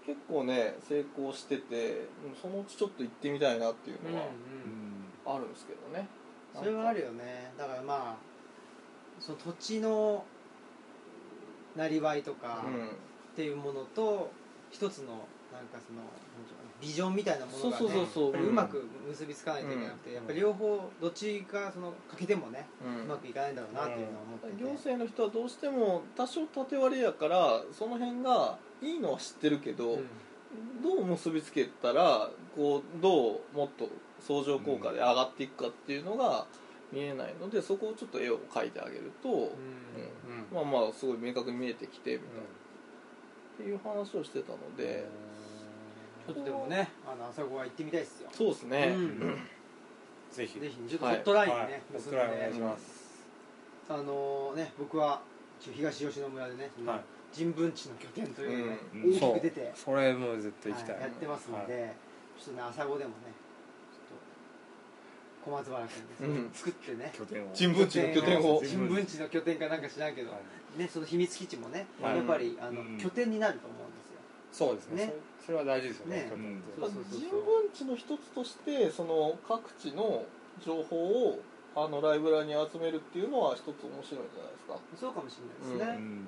[SPEAKER 6] 結構ね成功しててうんそのうちちょっと行ってみたいなっていうのはあるんですけどね、
[SPEAKER 2] それはある
[SPEAKER 6] よ
[SPEAKER 2] よねだからまあその土地のなりわいとかっていうものと、一つのなんかそのなんていうのかなビジョンみたいなものが、ね、
[SPEAKER 6] そうそうそうそう
[SPEAKER 2] やっぱりうまく結びつかないといけなくて、やっぱり両方どっちがその欠けてもね、
[SPEAKER 6] うん、う
[SPEAKER 2] うんまくいかないんだろうなっていうのは思ってて、
[SPEAKER 6] 行政の人はどうしても多少縦割りやからその辺がいいのは知ってるけど、どう結びつけたらこうどうもっと相乗効果で上がっていくかっていうのが見えないので、そこをちょっと絵を描いてあげると、うんまあまあすごい明確に見えてきてみたいな、っていう話をしてたので、
[SPEAKER 2] ちょっとでもねあの朝ごは行ってみたいですよ、
[SPEAKER 6] そうですね、
[SPEAKER 2] うん
[SPEAKER 5] ぜひ
[SPEAKER 2] ぜひちょっとホットラインにね、
[SPEAKER 5] ホットラインお願いします
[SPEAKER 2] あのね僕は一応東吉野村でね、
[SPEAKER 5] はい
[SPEAKER 2] 人文地の拠点というのをね、
[SPEAKER 4] うん
[SPEAKER 2] 大きく出て、
[SPEAKER 5] それもう絶対行きたい
[SPEAKER 2] はいやってますので、ちょっとね朝ごでもねちょっと小松原君で、
[SPEAKER 6] うん
[SPEAKER 2] 作ってね
[SPEAKER 4] 拠点を
[SPEAKER 6] 人文地の拠点を
[SPEAKER 4] 人
[SPEAKER 2] 人文地の拠点かなんか知らんけど、ねその秘密基地もね、
[SPEAKER 5] はい
[SPEAKER 2] やっぱりあの、
[SPEAKER 4] うん
[SPEAKER 2] 拠点になると思うんですよ
[SPEAKER 5] そうですね
[SPEAKER 2] ね
[SPEAKER 5] それは大事ですよね
[SPEAKER 2] ね
[SPEAKER 5] 拠点って
[SPEAKER 2] そうそうそう
[SPEAKER 6] 人文地の一つとしてその各地の情報をあのライブラリに集めるっていうのは一つ面白いんじゃないですか、
[SPEAKER 2] そうかもしれないですね、うん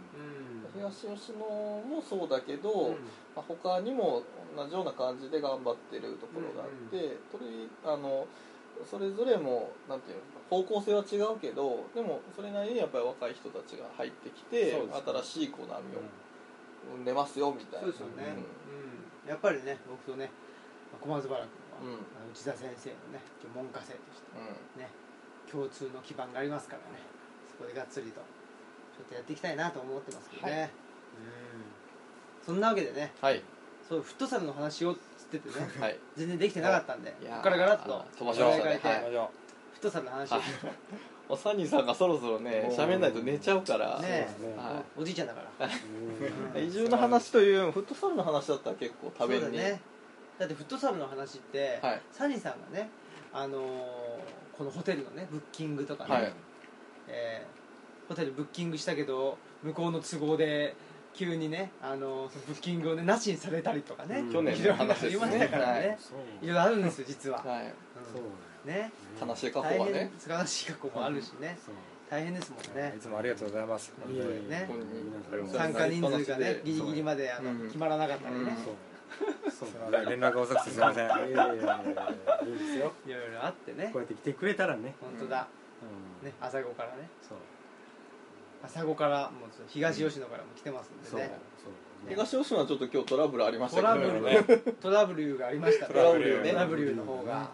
[SPEAKER 6] 東吉野もそうだけど、
[SPEAKER 2] うん
[SPEAKER 6] まあ他にも同じような感じで頑張ってるところがあって、それあのそれぞれもなんていうの方向性は違うけどでもそれなりにやっぱり若い人たちが入ってきて、
[SPEAKER 5] そうですね
[SPEAKER 6] 新しいこう波を生んでますよみたいな
[SPEAKER 2] そうですよね、うんやっぱりね僕とね小松原君は、
[SPEAKER 6] うんうん
[SPEAKER 2] あの内田先生のね文科生として共通の基盤がありますからねそこでがっつりとちょっとやっていきたいなと思ってますけどね、
[SPEAKER 6] は
[SPEAKER 2] うんそんなわけでね
[SPEAKER 6] はい
[SPEAKER 2] そうフットサルの話をつっててね [LAUGHS]
[SPEAKER 6] はい
[SPEAKER 2] 全然できてなかったんで
[SPEAKER 6] い
[SPEAKER 2] こ
[SPEAKER 6] やー
[SPEAKER 2] こからガラッと
[SPEAKER 6] 飛ばしましたね
[SPEAKER 2] 話題変えて
[SPEAKER 6] は
[SPEAKER 5] 行きましょ
[SPEAKER 2] フットサルの話を
[SPEAKER 6] はい [LAUGHS] おサニーさんがそろそろね喋んないと寝ちゃうから、
[SPEAKER 2] ね
[SPEAKER 3] そうですね
[SPEAKER 6] は
[SPEAKER 2] おおじいちゃん
[SPEAKER 6] [LAUGHS]
[SPEAKER 2] だから
[SPEAKER 6] い移住の話というよりもフットサルの話だったら結構
[SPEAKER 2] そ
[SPEAKER 6] 食べ
[SPEAKER 2] う
[SPEAKER 6] に
[SPEAKER 2] だねだってフットサルの話って、
[SPEAKER 6] はい
[SPEAKER 2] サニーさんがねあのーこのホテルのねブッキングとかね、
[SPEAKER 6] はい
[SPEAKER 2] えーホテルブッキングしたけど向こうの都合で急にね、あのーそのブッキングをねなしにされたりとかね、
[SPEAKER 3] うん
[SPEAKER 6] 去年
[SPEAKER 2] いろ
[SPEAKER 6] の
[SPEAKER 2] いろあ
[SPEAKER 6] 話で
[SPEAKER 2] り
[SPEAKER 6] す
[SPEAKER 2] まし
[SPEAKER 6] ね
[SPEAKER 2] たからね、いろいろあるんですよ実は、
[SPEAKER 6] はいはい、
[SPEAKER 2] うん
[SPEAKER 3] そう
[SPEAKER 2] ね
[SPEAKER 6] 悲しい過去
[SPEAKER 2] 大
[SPEAKER 6] は
[SPEAKER 2] 変
[SPEAKER 6] ね
[SPEAKER 2] 悲しい過去もあるしね、大変ですもん
[SPEAKER 5] う
[SPEAKER 2] ね
[SPEAKER 5] いつもありがとうございます本当
[SPEAKER 3] い
[SPEAKER 5] に
[SPEAKER 3] やいや
[SPEAKER 2] ね
[SPEAKER 3] 本当に皆さん
[SPEAKER 2] 参加人数がね
[SPEAKER 6] そう
[SPEAKER 2] ギリギリまであの、
[SPEAKER 6] うん
[SPEAKER 2] 決まらなかったりね、
[SPEAKER 6] うん
[SPEAKER 3] そうそう
[SPEAKER 5] すいません連絡が遅くてすいません
[SPEAKER 3] いやいやいやいいですよ
[SPEAKER 2] いろいろあってね
[SPEAKER 3] こうやって来てくれたらね
[SPEAKER 2] 本当だ、
[SPEAKER 3] うん
[SPEAKER 2] ね朝子からね
[SPEAKER 3] そう
[SPEAKER 2] 朝子からもう東吉野からも来てますん
[SPEAKER 3] そう
[SPEAKER 2] でね、
[SPEAKER 3] そう
[SPEAKER 6] 東吉野はちょっと今日トラブルありましたけ
[SPEAKER 2] ト
[SPEAKER 6] ど
[SPEAKER 2] ラブルねトラブルがありましたね
[SPEAKER 5] トラブルね
[SPEAKER 2] トラブルの方が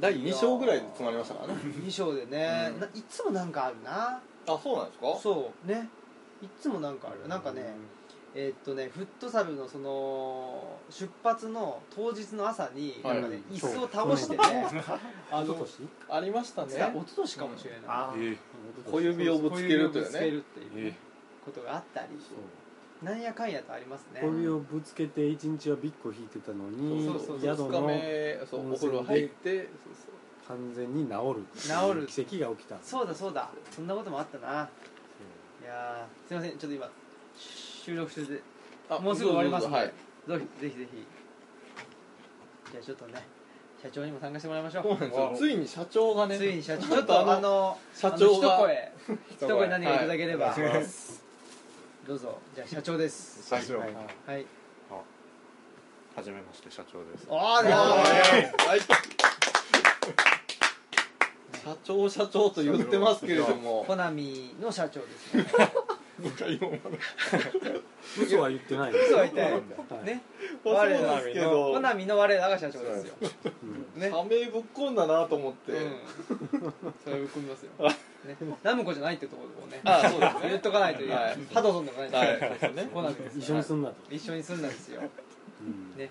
[SPEAKER 6] 第2章ぐらいで詰まりましたからね
[SPEAKER 2] 2章でね、
[SPEAKER 6] うん
[SPEAKER 2] ないつもなんかあるな
[SPEAKER 6] あそうなんですか
[SPEAKER 2] そうねいつもなんかあるなんかねえーっとねフットサルのその出発の当日の朝に、
[SPEAKER 6] はい
[SPEAKER 2] なんかね椅
[SPEAKER 3] そう
[SPEAKER 2] 子を倒してねあ
[SPEAKER 3] 一
[SPEAKER 2] の
[SPEAKER 3] 昨年
[SPEAKER 6] ありました
[SPEAKER 2] いや
[SPEAKER 6] ね
[SPEAKER 2] 一昨年かもしれない、
[SPEAKER 3] あー
[SPEAKER 5] ええ
[SPEAKER 6] 小指をぶつけるという
[SPEAKER 2] 小指をぶつけ
[SPEAKER 6] ね
[SPEAKER 2] るっていう
[SPEAKER 5] え
[SPEAKER 2] ことがあったり
[SPEAKER 3] そう
[SPEAKER 2] なんやかんやとありますね
[SPEAKER 3] 小指をぶつけて一日はビッコ引いてたのに
[SPEAKER 2] そうそうそう
[SPEAKER 3] 宿
[SPEAKER 6] 2日
[SPEAKER 3] の
[SPEAKER 6] 目そうお風呂入ってそう
[SPEAKER 3] 完全に治る
[SPEAKER 2] 治る
[SPEAKER 3] 奇跡が起
[SPEAKER 2] [LAUGHS]
[SPEAKER 3] きた
[SPEAKER 2] そうだそうだそんなこともあったないやーすいませんちょっと今収録中で
[SPEAKER 6] そうあ
[SPEAKER 2] もうすぐ終わりますんで、
[SPEAKER 6] はい
[SPEAKER 2] どうぜひぜひぜひじゃあちょっとね社長にも参加してもらいましょ
[SPEAKER 6] そうなん
[SPEAKER 2] う
[SPEAKER 6] ですよついに社長がね
[SPEAKER 2] ついに社長ち
[SPEAKER 6] ち
[SPEAKER 2] ょ
[SPEAKER 6] ょ
[SPEAKER 2] っ
[SPEAKER 6] っ
[SPEAKER 2] と
[SPEAKER 6] と
[SPEAKER 2] あ
[SPEAKER 6] あの
[SPEAKER 2] の
[SPEAKER 6] 社長
[SPEAKER 2] あの
[SPEAKER 6] が
[SPEAKER 2] 一声一声何かいただければ、
[SPEAKER 5] えお願いします
[SPEAKER 2] どうぞじゃあ社長です
[SPEAKER 4] 最初
[SPEAKER 3] はい
[SPEAKER 2] はい
[SPEAKER 7] はじめまして社長です
[SPEAKER 2] あら
[SPEAKER 6] 社長社長と言ってますけれども
[SPEAKER 2] コナミの社長ですね
[SPEAKER 3] 嘘は言ってないです
[SPEAKER 2] 実は言ってないね
[SPEAKER 6] そうですけど
[SPEAKER 2] コナミの我らが社長ですよね
[SPEAKER 6] 社名ぶっこんだなと思って、
[SPEAKER 2] うんそれぶっ込みますよ、ね、ナムコじゃないってところをね
[SPEAKER 6] あそうですね
[SPEAKER 2] 言っとかないと
[SPEAKER 6] はい
[SPEAKER 2] ハドソンでもないんで
[SPEAKER 6] はいそうですね
[SPEAKER 2] コナミです
[SPEAKER 3] 一緒にすんなと、
[SPEAKER 2] 一緒に住んだんですよ
[SPEAKER 3] うん
[SPEAKER 2] ね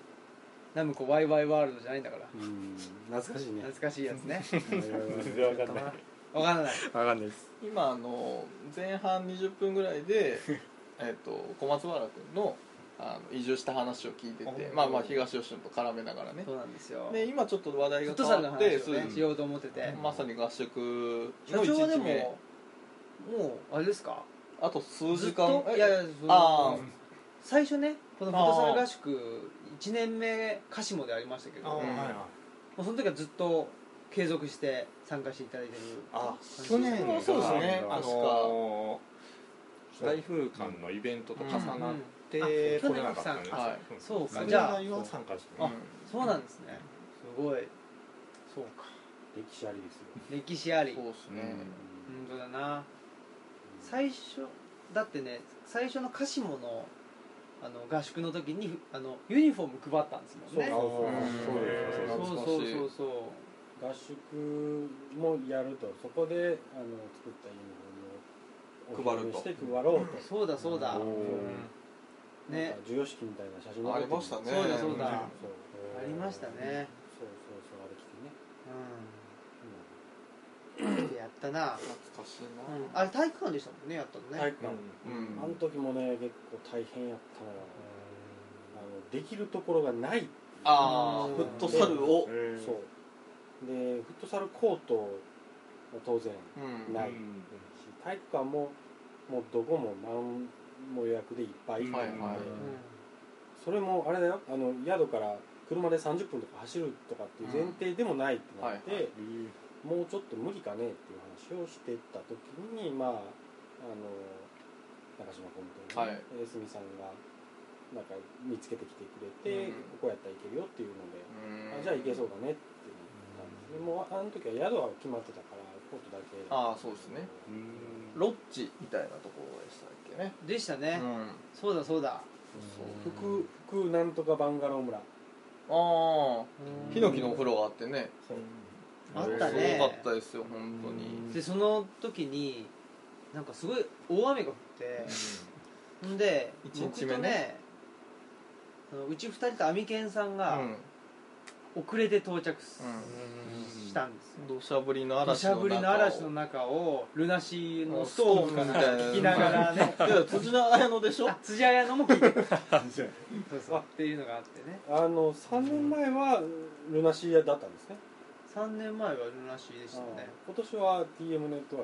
[SPEAKER 2] ナムコワイワイワールドじゃないんだから
[SPEAKER 3] うん懐かしいね
[SPEAKER 2] 懐かしいやつね
[SPEAKER 7] 全然わかんない
[SPEAKER 2] わからない
[SPEAKER 7] わかんないです
[SPEAKER 6] 今あの前半20分ぐらい
[SPEAKER 2] [LAUGHS]
[SPEAKER 6] でえっと小松原君のあの移住した話を聞いてて
[SPEAKER 2] あ
[SPEAKER 6] まあまあ東吉野と絡めながらね
[SPEAKER 2] そうなんですよ
[SPEAKER 6] で今ちょっと話題
[SPEAKER 2] フッ
[SPEAKER 6] が
[SPEAKER 2] トサル
[SPEAKER 6] 変
[SPEAKER 2] の
[SPEAKER 6] わって
[SPEAKER 2] 話をねしようと思ってて
[SPEAKER 6] そうまさに合宿
[SPEAKER 2] 社
[SPEAKER 6] の
[SPEAKER 2] 長
[SPEAKER 6] 1
[SPEAKER 2] はで
[SPEAKER 6] 日目
[SPEAKER 2] ももうあれですか
[SPEAKER 6] あと数
[SPEAKER 2] ずっ
[SPEAKER 6] 時
[SPEAKER 2] と
[SPEAKER 6] 間
[SPEAKER 2] いやい
[SPEAKER 6] え
[SPEAKER 2] やずっと
[SPEAKER 6] あ
[SPEAKER 2] 最初ねこのフットサル合宿1年目カシモでありましたけど
[SPEAKER 6] あ、
[SPEAKER 2] も
[SPEAKER 6] うん
[SPEAKER 4] はいはいう
[SPEAKER 2] その時はずっと継続して参加していただいてる
[SPEAKER 6] あ
[SPEAKER 2] 去
[SPEAKER 6] 去
[SPEAKER 2] 年
[SPEAKER 6] 年
[SPEAKER 2] が
[SPEAKER 6] もそうですね
[SPEAKER 7] あ
[SPEAKER 6] あの
[SPEAKER 4] のー台風間のイベントと重なって
[SPEAKER 2] うん
[SPEAKER 4] 来れなかったんですよ
[SPEAKER 6] あ去年は
[SPEAKER 4] うん
[SPEAKER 2] そうか
[SPEAKER 4] それ
[SPEAKER 2] じゃあ
[SPEAKER 4] 以外は参加して
[SPEAKER 2] あ
[SPEAKER 4] あ
[SPEAKER 2] そうなんですねすごいそうか
[SPEAKER 3] 歴史ありですよ
[SPEAKER 2] 歴史あり
[SPEAKER 6] そう
[SPEAKER 2] 本
[SPEAKER 6] ですね
[SPEAKER 2] 当だな最初だってね最初のカシモのあの合宿の時にあのユニフォーム配ったんですもんね
[SPEAKER 7] そう
[SPEAKER 6] そうです
[SPEAKER 7] そ
[SPEAKER 2] そ
[SPEAKER 7] うそ
[SPEAKER 6] 懐か
[SPEAKER 7] うう
[SPEAKER 6] しい
[SPEAKER 2] そうそうそう
[SPEAKER 3] 合宿もやるとそこであの作ったユニフォームをお披露目して配ろうと
[SPEAKER 2] そうだそうだ
[SPEAKER 3] おーなん
[SPEAKER 2] ね
[SPEAKER 3] か授与式みたいな写真が出
[SPEAKER 6] あり
[SPEAKER 3] てる
[SPEAKER 6] ましたね
[SPEAKER 2] そうだそうだあ
[SPEAKER 3] そう
[SPEAKER 2] りましたね
[SPEAKER 3] そうそうそうあれ着てね
[SPEAKER 2] うんやったな
[SPEAKER 6] 懐かしいな
[SPEAKER 2] うんあれ体育館でしたもんねやったのね
[SPEAKER 3] 体育館
[SPEAKER 6] うん
[SPEAKER 3] あの時もね結構大変やったのよあのできるところがないっていう
[SPEAKER 6] ああフットサルを
[SPEAKER 3] そうでフットサルコートは当然
[SPEAKER 6] うん
[SPEAKER 3] ないし体育館ももうどこも満も予約でいっぱい
[SPEAKER 4] はいはい
[SPEAKER 3] なんで
[SPEAKER 2] うん
[SPEAKER 3] それもあれだよあの宿から車で30分とか走るとかっていう前提でもないってなって、
[SPEAKER 6] うんはいは
[SPEAKER 3] もうちょっと無理かねっていう話をしてた時にまああの中島君と
[SPEAKER 6] は
[SPEAKER 3] ね
[SPEAKER 6] い
[SPEAKER 3] えすみさんがなんか見つけてきてくれ
[SPEAKER 6] うん
[SPEAKER 3] て、ここやったらいけるよっていうので、
[SPEAKER 6] う
[SPEAKER 3] あ
[SPEAKER 6] ん
[SPEAKER 3] じゃあいけそうだねってなったんです、でもうああの時は宿は決まってたからコートだけ
[SPEAKER 6] ああそうですねロッジみたいなところでしたっけね
[SPEAKER 2] でしたね、
[SPEAKER 6] うん
[SPEAKER 2] そうだそうだ
[SPEAKER 3] そう福福なんとかバンガロー村
[SPEAKER 6] ああヒノキのお風呂があってね
[SPEAKER 2] あった
[SPEAKER 6] すご
[SPEAKER 2] ね
[SPEAKER 6] かったですよ本当に
[SPEAKER 2] でその時になんかすごい大雨が降ってほんで
[SPEAKER 6] 一日目
[SPEAKER 2] 僕
[SPEAKER 6] ね
[SPEAKER 2] とねそのうち二人とアミケンさん
[SPEAKER 6] う
[SPEAKER 2] が
[SPEAKER 6] ん
[SPEAKER 2] 遅れて到着す
[SPEAKER 6] うん
[SPEAKER 2] したんです
[SPEAKER 6] 土
[SPEAKER 2] よ
[SPEAKER 6] 砂降りの
[SPEAKER 2] 土
[SPEAKER 6] 嵐の中を
[SPEAKER 2] 砂降りの嵐の中をルナシーのストーンから聞きながらね
[SPEAKER 6] いや辻田綾乃でしょ
[SPEAKER 2] あ辻彩乃も
[SPEAKER 6] [LAUGHS]
[SPEAKER 2] 聞いてたそうそうっていうのがあってね
[SPEAKER 3] あの3年前はルナシーだったんですね
[SPEAKER 2] 3年前はルナシーでしたね
[SPEAKER 3] 今年は TM ネットワークだったって聞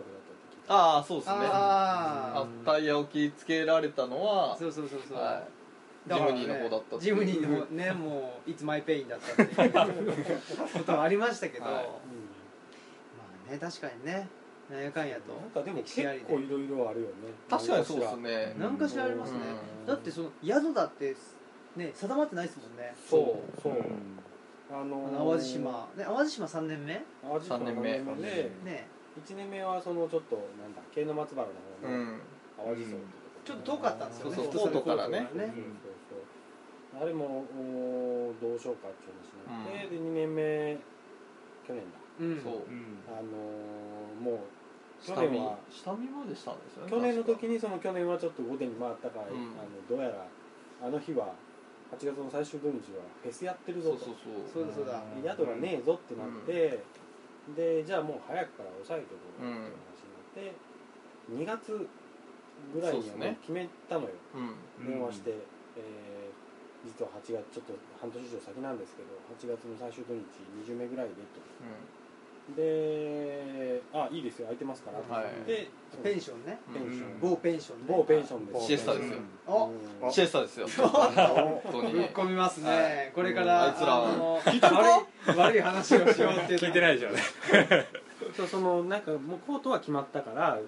[SPEAKER 3] いた
[SPEAKER 6] ああそうですね
[SPEAKER 2] あ
[SPEAKER 6] あタイヤを切りつけられたの
[SPEAKER 2] あ
[SPEAKER 6] は
[SPEAKER 2] そうそうそうそう、
[SPEAKER 6] はい
[SPEAKER 2] だ
[SPEAKER 6] ジ
[SPEAKER 2] から
[SPEAKER 6] ム
[SPEAKER 2] ね
[SPEAKER 6] ニーの方だったってい
[SPEAKER 2] ジ
[SPEAKER 6] う
[SPEAKER 2] ムニーの方ねもういつマイペインだったっていうことはありましたけど、
[SPEAKER 6] はい
[SPEAKER 3] うん
[SPEAKER 2] まあね確かにねなんやかんやと
[SPEAKER 3] なんかでも
[SPEAKER 2] 歴
[SPEAKER 3] 結
[SPEAKER 2] 史ありで
[SPEAKER 3] 構いろいろあるよね
[SPEAKER 6] 確かにそうで
[SPEAKER 3] な
[SPEAKER 6] す
[SPEAKER 3] んかし
[SPEAKER 6] ね
[SPEAKER 2] 何かしらありますね、
[SPEAKER 3] うん
[SPEAKER 2] だってその宿だってね定まってないですもんね
[SPEAKER 6] そう
[SPEAKER 3] らそう、あ
[SPEAKER 2] あ
[SPEAKER 3] のー
[SPEAKER 2] の淡路島ね淡路島3年目
[SPEAKER 3] 淡路島
[SPEAKER 6] 三
[SPEAKER 3] 3
[SPEAKER 6] 年
[SPEAKER 3] 年
[SPEAKER 6] 目
[SPEAKER 3] 目で
[SPEAKER 2] ね
[SPEAKER 3] 1年目はそのちょっとなんだ慶の松原の
[SPEAKER 6] う
[SPEAKER 3] 方の
[SPEAKER 6] ん
[SPEAKER 3] 淡路荘って
[SPEAKER 2] ちょっと遠かったんですよね
[SPEAKER 6] そうそう
[SPEAKER 2] フットサル
[SPEAKER 6] コートからね
[SPEAKER 2] コート
[SPEAKER 3] そうそうそうあれもおーどうしようかっていう話になって、で2年目去年だ
[SPEAKER 2] うん
[SPEAKER 6] そう
[SPEAKER 3] あのーもう去
[SPEAKER 6] 下見
[SPEAKER 3] 年は
[SPEAKER 6] 下見までしたんですよね
[SPEAKER 3] 去年の時
[SPEAKER 6] に
[SPEAKER 3] にその去年はちょっと午前に回ったから、
[SPEAKER 6] うん
[SPEAKER 3] あのどうやらあの日は8月の最終土日はフェスやってる
[SPEAKER 6] そ
[SPEAKER 3] ぞ
[SPEAKER 6] う
[SPEAKER 3] と
[SPEAKER 6] そうそ
[SPEAKER 2] そうだそうだ
[SPEAKER 3] で宿がねえぞってなって、でじゃあもう早くから抑えておこうって話になって、2月ぐらいに
[SPEAKER 6] そうっす
[SPEAKER 3] はもう
[SPEAKER 6] ね
[SPEAKER 3] 決めたのよ、
[SPEAKER 6] ううん
[SPEAKER 3] 電話して、えー実は8月ちょっと半年以上先なんですけど8月の最終土日20名ぐらいでとであいいですよ空いてますから、
[SPEAKER 6] はい
[SPEAKER 3] で
[SPEAKER 2] ペンションね
[SPEAKER 6] うん
[SPEAKER 3] ペンション
[SPEAKER 2] 某ペンションね
[SPEAKER 3] 某ペンションです
[SPEAKER 6] シエスタですよ
[SPEAKER 2] あ
[SPEAKER 3] うん
[SPEAKER 6] シエスタですよ本当に
[SPEAKER 2] ぶっ
[SPEAKER 6] ね
[SPEAKER 2] 込みますね、
[SPEAKER 6] は
[SPEAKER 2] これから、
[SPEAKER 6] うんあいつら
[SPEAKER 2] の悪い悪い話をしようっていう
[SPEAKER 5] 聞いてないじゃんね
[SPEAKER 3] そうそのなんかもうコートは決まったから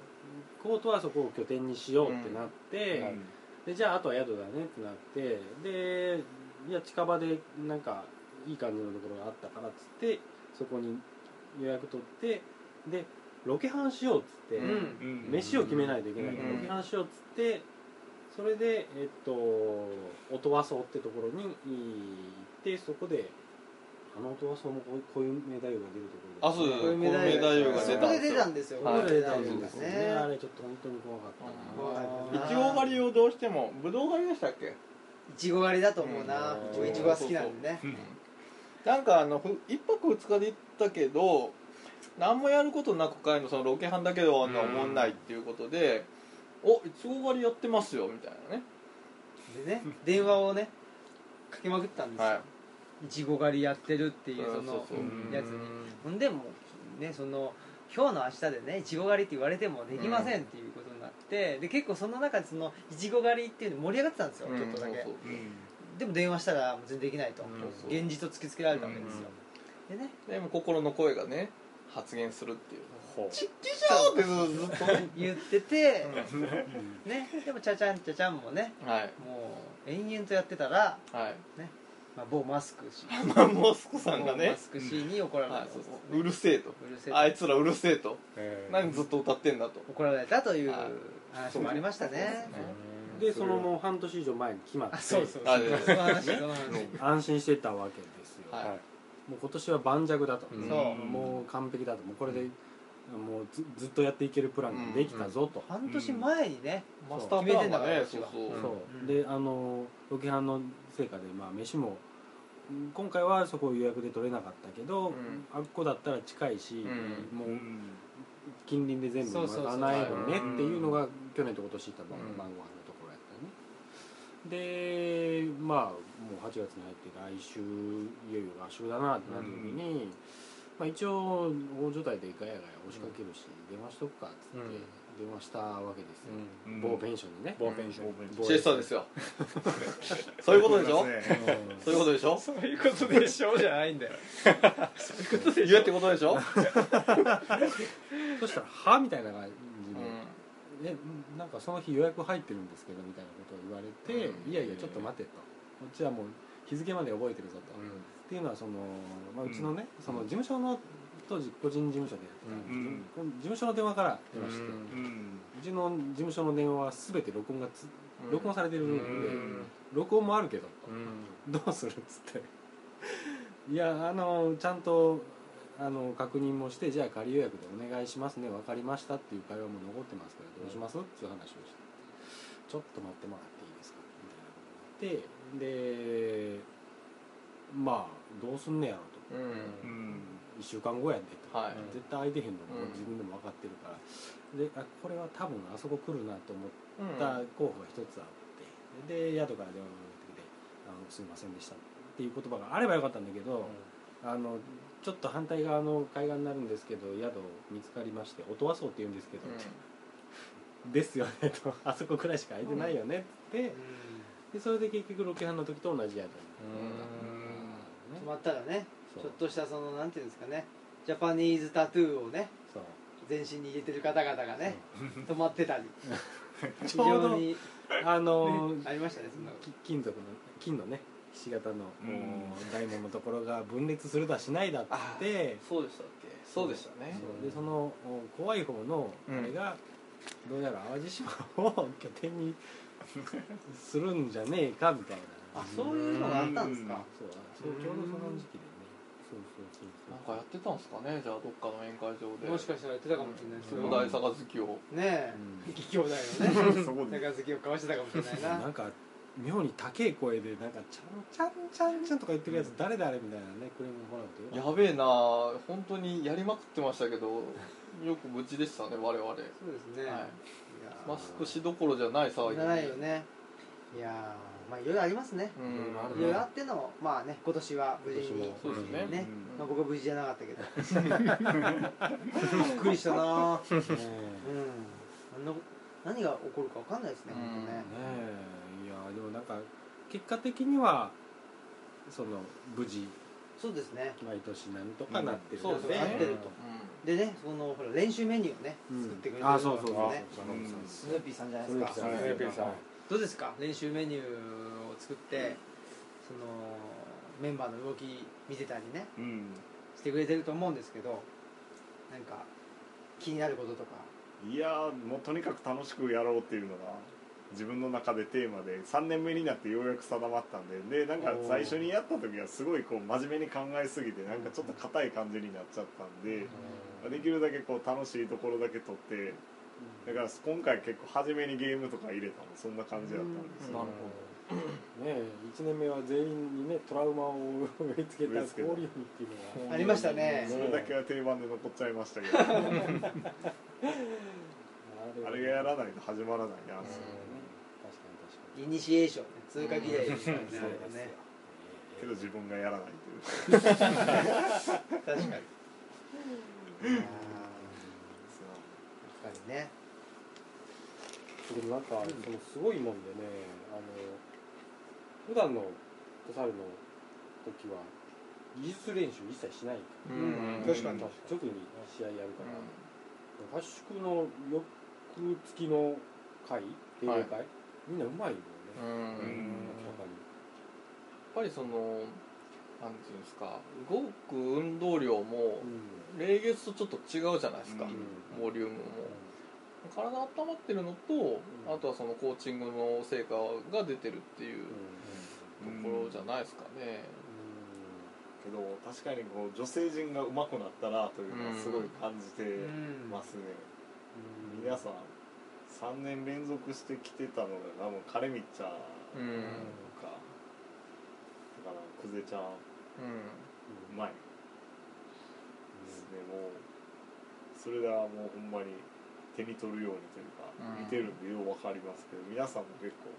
[SPEAKER 3] コートはそこを拠点にしようってなって、
[SPEAKER 6] うん
[SPEAKER 3] でじゃああとは宿だねってなってでいや近場でなんかいい感じのところがあったからっつってそこに予約取ってでロケハンしようっつって、
[SPEAKER 2] うん
[SPEAKER 3] 飯を決めないといけないから、
[SPEAKER 6] うん
[SPEAKER 3] ロケハンしようっつってそれでえっと音羽荘ってところに行ってそこであの音羽荘もこういう名太夫が出るところ
[SPEAKER 6] あそうだ
[SPEAKER 2] こういうメダイ
[SPEAKER 6] こういうメダイ
[SPEAKER 2] ル
[SPEAKER 6] ル
[SPEAKER 2] が
[SPEAKER 6] が
[SPEAKER 2] そ
[SPEAKER 6] 出
[SPEAKER 2] こ
[SPEAKER 6] たん
[SPEAKER 2] で
[SPEAKER 6] ですよ
[SPEAKER 2] 出たんですよ
[SPEAKER 3] ここで出た
[SPEAKER 2] ここ
[SPEAKER 3] ん
[SPEAKER 2] で出
[SPEAKER 3] ですねあれちょっと本当に怖かった
[SPEAKER 6] う
[SPEAKER 3] な
[SPEAKER 6] イチゴ狩りをどうしてもブドウ狩りでしたっけ
[SPEAKER 2] いちご狩りだと思うな
[SPEAKER 3] うん
[SPEAKER 2] 僕いちごが好きなんでね
[SPEAKER 6] なんかあのふ一泊二日で行ったけど何もやることなく帰るのそのロケハンだけでは思んないっていうことで「おいちご狩りやってますよ」みたいなね
[SPEAKER 2] でね電話をねかけまくったんですよ
[SPEAKER 6] はい
[SPEAKER 2] ちご狩りやってるっていう
[SPEAKER 6] うん
[SPEAKER 2] その
[SPEAKER 6] そうそう
[SPEAKER 2] うんやつにほんでもうねその今日の明日でねいちご狩りって言われてもできませんっていうことになってで結構その中でそのいちご狩りっていうの盛り上がってたんですよ
[SPEAKER 6] い
[SPEAKER 2] ちょっとだけ
[SPEAKER 6] そうそう
[SPEAKER 2] でも電話したら全然できないと
[SPEAKER 6] そう
[SPEAKER 2] 現実を突きつけられたわけですよでね
[SPEAKER 6] でも心の声がね発言するっていう
[SPEAKER 5] ほう
[SPEAKER 6] ちっきしょーってずっとね
[SPEAKER 2] 言っててねでもちゃちゃんちゃちゃんもね
[SPEAKER 6] はい
[SPEAKER 2] もう延々とやってたら、
[SPEAKER 6] はい
[SPEAKER 2] まあ、某マスク氏
[SPEAKER 6] まあモスコさんが
[SPEAKER 2] 某マ
[SPEAKER 6] ね
[SPEAKER 2] スク氏に怒られた、
[SPEAKER 6] はいそうそううるせえと
[SPEAKER 2] うるせえ
[SPEAKER 6] あいつらうるせえと
[SPEAKER 5] えー
[SPEAKER 6] 何ずっと歌ってんだと
[SPEAKER 2] 怒られたという
[SPEAKER 6] はい
[SPEAKER 2] 話もありましたね
[SPEAKER 3] でそのもう半年以上前に決まって
[SPEAKER 2] あそうそう
[SPEAKER 6] あ
[SPEAKER 2] そう
[SPEAKER 6] れ
[SPEAKER 2] その話その話
[SPEAKER 3] 安心してたわけですよ、
[SPEAKER 6] はい
[SPEAKER 3] もう今年は盤石だと、
[SPEAKER 2] そう
[SPEAKER 3] もう完璧だともうこれで、もうずずっとやっていけるプランができたぞと、
[SPEAKER 2] 半年前にね、
[SPEAKER 6] マスタープランがねそうそう
[SPEAKER 2] うん
[SPEAKER 3] そう、
[SPEAKER 2] うん
[SPEAKER 3] であのロケハンの成果で、まあ、飯もうん今回はそこ予約で取れなかったけど、
[SPEAKER 6] ん
[SPEAKER 3] あっこだったら近いし、
[SPEAKER 6] う
[SPEAKER 3] もう近隣で全部
[SPEAKER 2] そうそう
[SPEAKER 3] 賄
[SPEAKER 2] そう
[SPEAKER 3] えるねっていうのが去年と今年行った晩ご飯のところやったよね、でまあもう8月に入って来週いよいよ合宿だなってなった時に、まあ、一応大所帯でガヤガヤ押しかけるし、電話しとくかっつって電話したわけですよ、某ペンションにね、
[SPEAKER 5] ボーペンション
[SPEAKER 6] シェスターです
[SPEAKER 2] [LAUGHS]
[SPEAKER 6] よそういうことでしょ
[SPEAKER 3] うん
[SPEAKER 6] そういうことでしょ
[SPEAKER 5] そういうことでしょうじゃないんだよ
[SPEAKER 6] 言えってことでしょ、
[SPEAKER 3] そしたら「は?」みたいな感
[SPEAKER 6] うん
[SPEAKER 3] じで、えなんかその日予約入ってるんですけどみたいなことを言われて「
[SPEAKER 6] うん
[SPEAKER 3] いやいやちょっと待て」と「こっちはもう日付まで覚えてるぞ」と。っていうのはその、まあ、うちのね、その事務所の当時個人事務所でやってたんですけど、事務所の電話から出まして、うちの事務所の電話は全て録音がつ、録音されてるので、録音もあるけどと、 [LAUGHS] どうするっつって「いやあのちゃんとあの確認もしてじゃあ仮予約でお願いしますね分かりました」っていう会話も残ってますからどうしますっていう話をして「ちょっと待ってもらっていいですか」みたいなことになってでまあどうすんねやろと
[SPEAKER 6] うん
[SPEAKER 3] 1週間後やでと、
[SPEAKER 6] はい
[SPEAKER 3] 絶対空いてへんのも
[SPEAKER 6] うん
[SPEAKER 3] 自分でも分かってるから、であこれは多分あそこ来るなと思っ
[SPEAKER 6] うん
[SPEAKER 3] た候補が一つあってで宿から電話がかかってきて「あのすみませんでした」っていう言葉があればよかったんだけど、あのちょっと反対側の海岸になるんですけど宿見つかりまして「音羽荘って言うんですけど、 [LAUGHS] ですよね」と「あそこくらいしか空いてないよね」って言って、でそれで結局ロケハンの時と同じ宿に、
[SPEAKER 2] 止
[SPEAKER 3] ね
[SPEAKER 2] まったらね
[SPEAKER 3] そう
[SPEAKER 2] ちょっとしたそのなんていうんですかねジャパニーズタトゥーをね
[SPEAKER 3] そう
[SPEAKER 2] 全身に入れてる方々がね止まってたり非
[SPEAKER 3] ちょうど
[SPEAKER 2] 常に
[SPEAKER 3] あの
[SPEAKER 2] ありましたねそんなこ
[SPEAKER 3] き金属の金のねひし形の大門のところが分裂するだしないだって
[SPEAKER 6] そうでしたっけそうでしたね
[SPEAKER 3] そうでそのお怖い方の
[SPEAKER 6] うん
[SPEAKER 3] あれが、どうやら淡路島を拠点にするんじゃねえかみたい
[SPEAKER 2] と
[SPEAKER 3] な
[SPEAKER 2] あそういうのがあったんですか
[SPEAKER 3] そうそうちょうどその時期でねそうそうそう
[SPEAKER 6] なん
[SPEAKER 3] そ
[SPEAKER 6] か
[SPEAKER 3] う
[SPEAKER 6] やってたんですかねじゃあどっかの宴会場で
[SPEAKER 2] もしかしたらやってたかもしれないです
[SPEAKER 6] 兄
[SPEAKER 2] よ
[SPEAKER 6] 弟杯を
[SPEAKER 2] ね
[SPEAKER 3] う
[SPEAKER 2] え
[SPEAKER 3] ん
[SPEAKER 2] 義兄弟のね
[SPEAKER 7] そこで
[SPEAKER 2] 杯を交わしてたかもしれないな
[SPEAKER 3] なんか妙に高い声でなんか「ちゃんちゃんちゃんちゃん」とか言ってるやつ誰だあれみたいなねクレームもらうとよかった
[SPEAKER 6] やべえな本当にやりまくってましたけどよく無事でしたね我々、はい、
[SPEAKER 2] そうですね、いやー
[SPEAKER 6] マスクしどころじゃない騒ぎ
[SPEAKER 2] ないよねいやーまあいろいろありますね
[SPEAKER 6] う
[SPEAKER 3] いろいろある
[SPEAKER 2] いろいろあってのまあね今年は無事に
[SPEAKER 3] 今年も
[SPEAKER 6] そうですね
[SPEAKER 2] ね
[SPEAKER 6] うん
[SPEAKER 2] まあ、僕は無事じゃなかったけどびっくりしたなーうん
[SPEAKER 3] ねえ
[SPEAKER 2] あの何が起こるか分かんないですね
[SPEAKER 6] うん
[SPEAKER 2] 本当ね
[SPEAKER 3] ねえいやでもなんか結果的にはその無事
[SPEAKER 2] そうですね
[SPEAKER 3] 毎年なんとかなってる
[SPEAKER 6] うんそうです
[SPEAKER 2] な
[SPEAKER 6] ね
[SPEAKER 2] ってるとでねそのほら練習メニューをね作ってくれてるの
[SPEAKER 3] あ
[SPEAKER 2] が
[SPEAKER 3] あそうそうそう
[SPEAKER 2] ねスヌーピーさんじゃない
[SPEAKER 3] そ
[SPEAKER 2] で
[SPEAKER 3] う
[SPEAKER 2] す
[SPEAKER 3] で
[SPEAKER 2] か
[SPEAKER 3] すね
[SPEAKER 5] スヌーピーさん
[SPEAKER 2] どうですか練習メニューを作ってそのメンバーの動き見てたりね
[SPEAKER 7] うん
[SPEAKER 2] してくれてると思うんですけどなんか気になることとか
[SPEAKER 7] いやーもうとにかく楽しくやろうっていうのが自分の中でテーマで3年目になってようやく定まったんででなんか最初にやった時はすごいこう真面目に考えすぎてなんかちょっと硬い感じになっちゃったんでできるだけこう楽しいところだけ取ってだから今回結構初めにゲームとか入れたのそんな感じだったんです
[SPEAKER 3] な
[SPEAKER 7] よ
[SPEAKER 3] るほどね1年目は全員にねトラウマを植え付けた氷鬼っていうの
[SPEAKER 2] ありましたね
[SPEAKER 7] それだけは定番で残っちゃいましたけ
[SPEAKER 2] [LAUGHS]
[SPEAKER 7] どあ
[SPEAKER 3] が
[SPEAKER 7] れがやらないと始まらないな
[SPEAKER 3] 確か
[SPEAKER 2] イ
[SPEAKER 3] に
[SPEAKER 2] ニシエーション通過儀礼みたいな
[SPEAKER 3] 確かにそうですよ
[SPEAKER 2] ね
[SPEAKER 7] けど自分がやらないっていう
[SPEAKER 2] 確かにやっぱりね
[SPEAKER 3] でもなんかそのすごいもんでねあの普段のフットサルの時は技術練習一切しないから
[SPEAKER 5] うん
[SPEAKER 2] 確かに
[SPEAKER 3] 直に試合やるから、合宿の翌月の会定例会、みんなうまいもんね、
[SPEAKER 6] うんうんやっ
[SPEAKER 3] 明らかに
[SPEAKER 6] ぱりそのなんていうんですか動く運動量も例月とちょっと違うじゃないですか、
[SPEAKER 7] うん
[SPEAKER 6] ボリュームも体温まってるのとあとはそのコーチングの成果が出てるっていうところじゃないですかね、
[SPEAKER 7] けど確かにこう女性陣がうまくなったなというのはすごい感じて
[SPEAKER 2] うん
[SPEAKER 7] ますね、皆さん3年連続してきてたのが多分カレミッチャーとか、
[SPEAKER 6] うん
[SPEAKER 7] だからクゼちゃんうまいですね、もうそれがもうほんまに手に取るようにというか、
[SPEAKER 6] うん
[SPEAKER 7] 見てるんでようわかりますけど皆さんも結構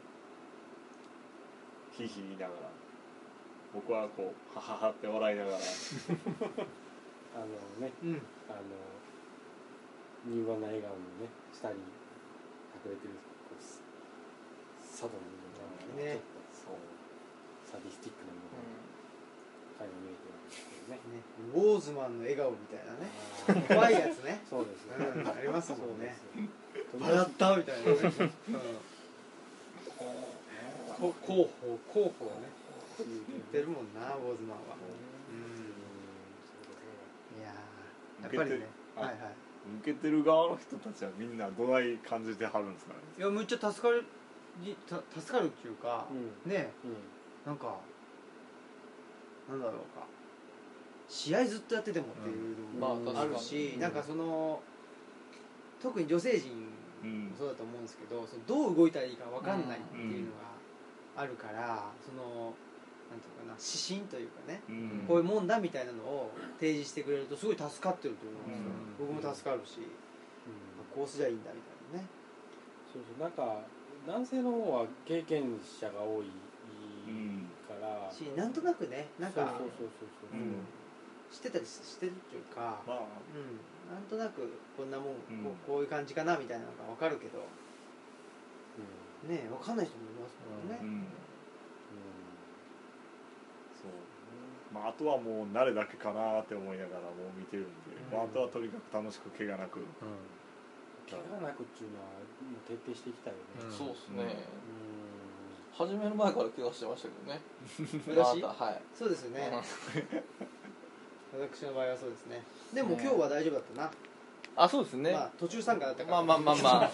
[SPEAKER 7] ヒーヒー言いながら僕はこうハハハって笑いながら
[SPEAKER 3] あのね
[SPEAKER 2] うん
[SPEAKER 3] あの柔和な笑顔のね下に隠れてるこうす佐渡の部分がね
[SPEAKER 2] ね
[SPEAKER 3] ちょっとそうサディスティックなものが垣間見えてるんですけどね
[SPEAKER 2] ねウォーズマンの笑顔みたいなね怖いやつね
[SPEAKER 3] そうですね
[SPEAKER 2] うんありますもんね
[SPEAKER 3] そうです
[SPEAKER 2] 笑ったみたいなね
[SPEAKER 5] こ候補候補がね
[SPEAKER 2] 言ってるもんなウォーズマンはう
[SPEAKER 3] うん
[SPEAKER 2] いやーや
[SPEAKER 7] 抜
[SPEAKER 2] っ
[SPEAKER 7] けて
[SPEAKER 2] ぱりね
[SPEAKER 7] あ
[SPEAKER 2] はいはい
[SPEAKER 7] 向けてる側の人たちはみんなどない感じてはるんですかね
[SPEAKER 2] いやむっちゃ助かるにた助かるっていうか
[SPEAKER 3] ん
[SPEAKER 2] ね
[SPEAKER 3] うん
[SPEAKER 2] なんかなんだろうか試合ずっとやっててもっていう
[SPEAKER 6] まあ
[SPEAKER 2] のもあるし、
[SPEAKER 3] うん
[SPEAKER 2] なんかその特に女性陣
[SPEAKER 7] うん
[SPEAKER 2] もそうだと思うんですけど、そのどう動いたらいいか分かんないっていうのがあるから、そのなんていうかな指針というかね
[SPEAKER 7] うん
[SPEAKER 2] こういうもんだみたいなのを提示してくれるとすごい助かってると思うんですよ、僕も助かるし、こうすりゃいいんだみたいなね
[SPEAKER 3] そうそうなんか男性の方は経験者が多い
[SPEAKER 7] うん
[SPEAKER 3] から、
[SPEAKER 2] しなんとなくねなんか
[SPEAKER 3] そうそうそうそうそう、
[SPEAKER 7] うん
[SPEAKER 2] 知ってたりししてるっていうか、
[SPEAKER 7] ま
[SPEAKER 2] う
[SPEAKER 7] あ
[SPEAKER 2] ん、なんとなくこんなもん、
[SPEAKER 7] うん
[SPEAKER 2] こうこういう感じかなみたいなのが分かるけどねえ分かんない人もいますもんね、
[SPEAKER 7] うんそうまああとはもう慣れだけかなって思いながらもう見てるんで、まあ、あとはとにかく楽しく怪我なく
[SPEAKER 3] 怪我なくっていうのはもう徹底していきたいよね、
[SPEAKER 6] そうですね、
[SPEAKER 3] う
[SPEAKER 6] 始める前から怪我してましたけどね
[SPEAKER 2] 私
[SPEAKER 6] あなたはい
[SPEAKER 2] そうですよね
[SPEAKER 6] うん
[SPEAKER 2] 私の場合はそうですねでも
[SPEAKER 6] ね
[SPEAKER 2] 今日は大丈夫だったな、
[SPEAKER 6] あそうですね、
[SPEAKER 2] まあ途中参加だったか
[SPEAKER 6] ま
[SPEAKER 2] ら、
[SPEAKER 6] あまあまあまあ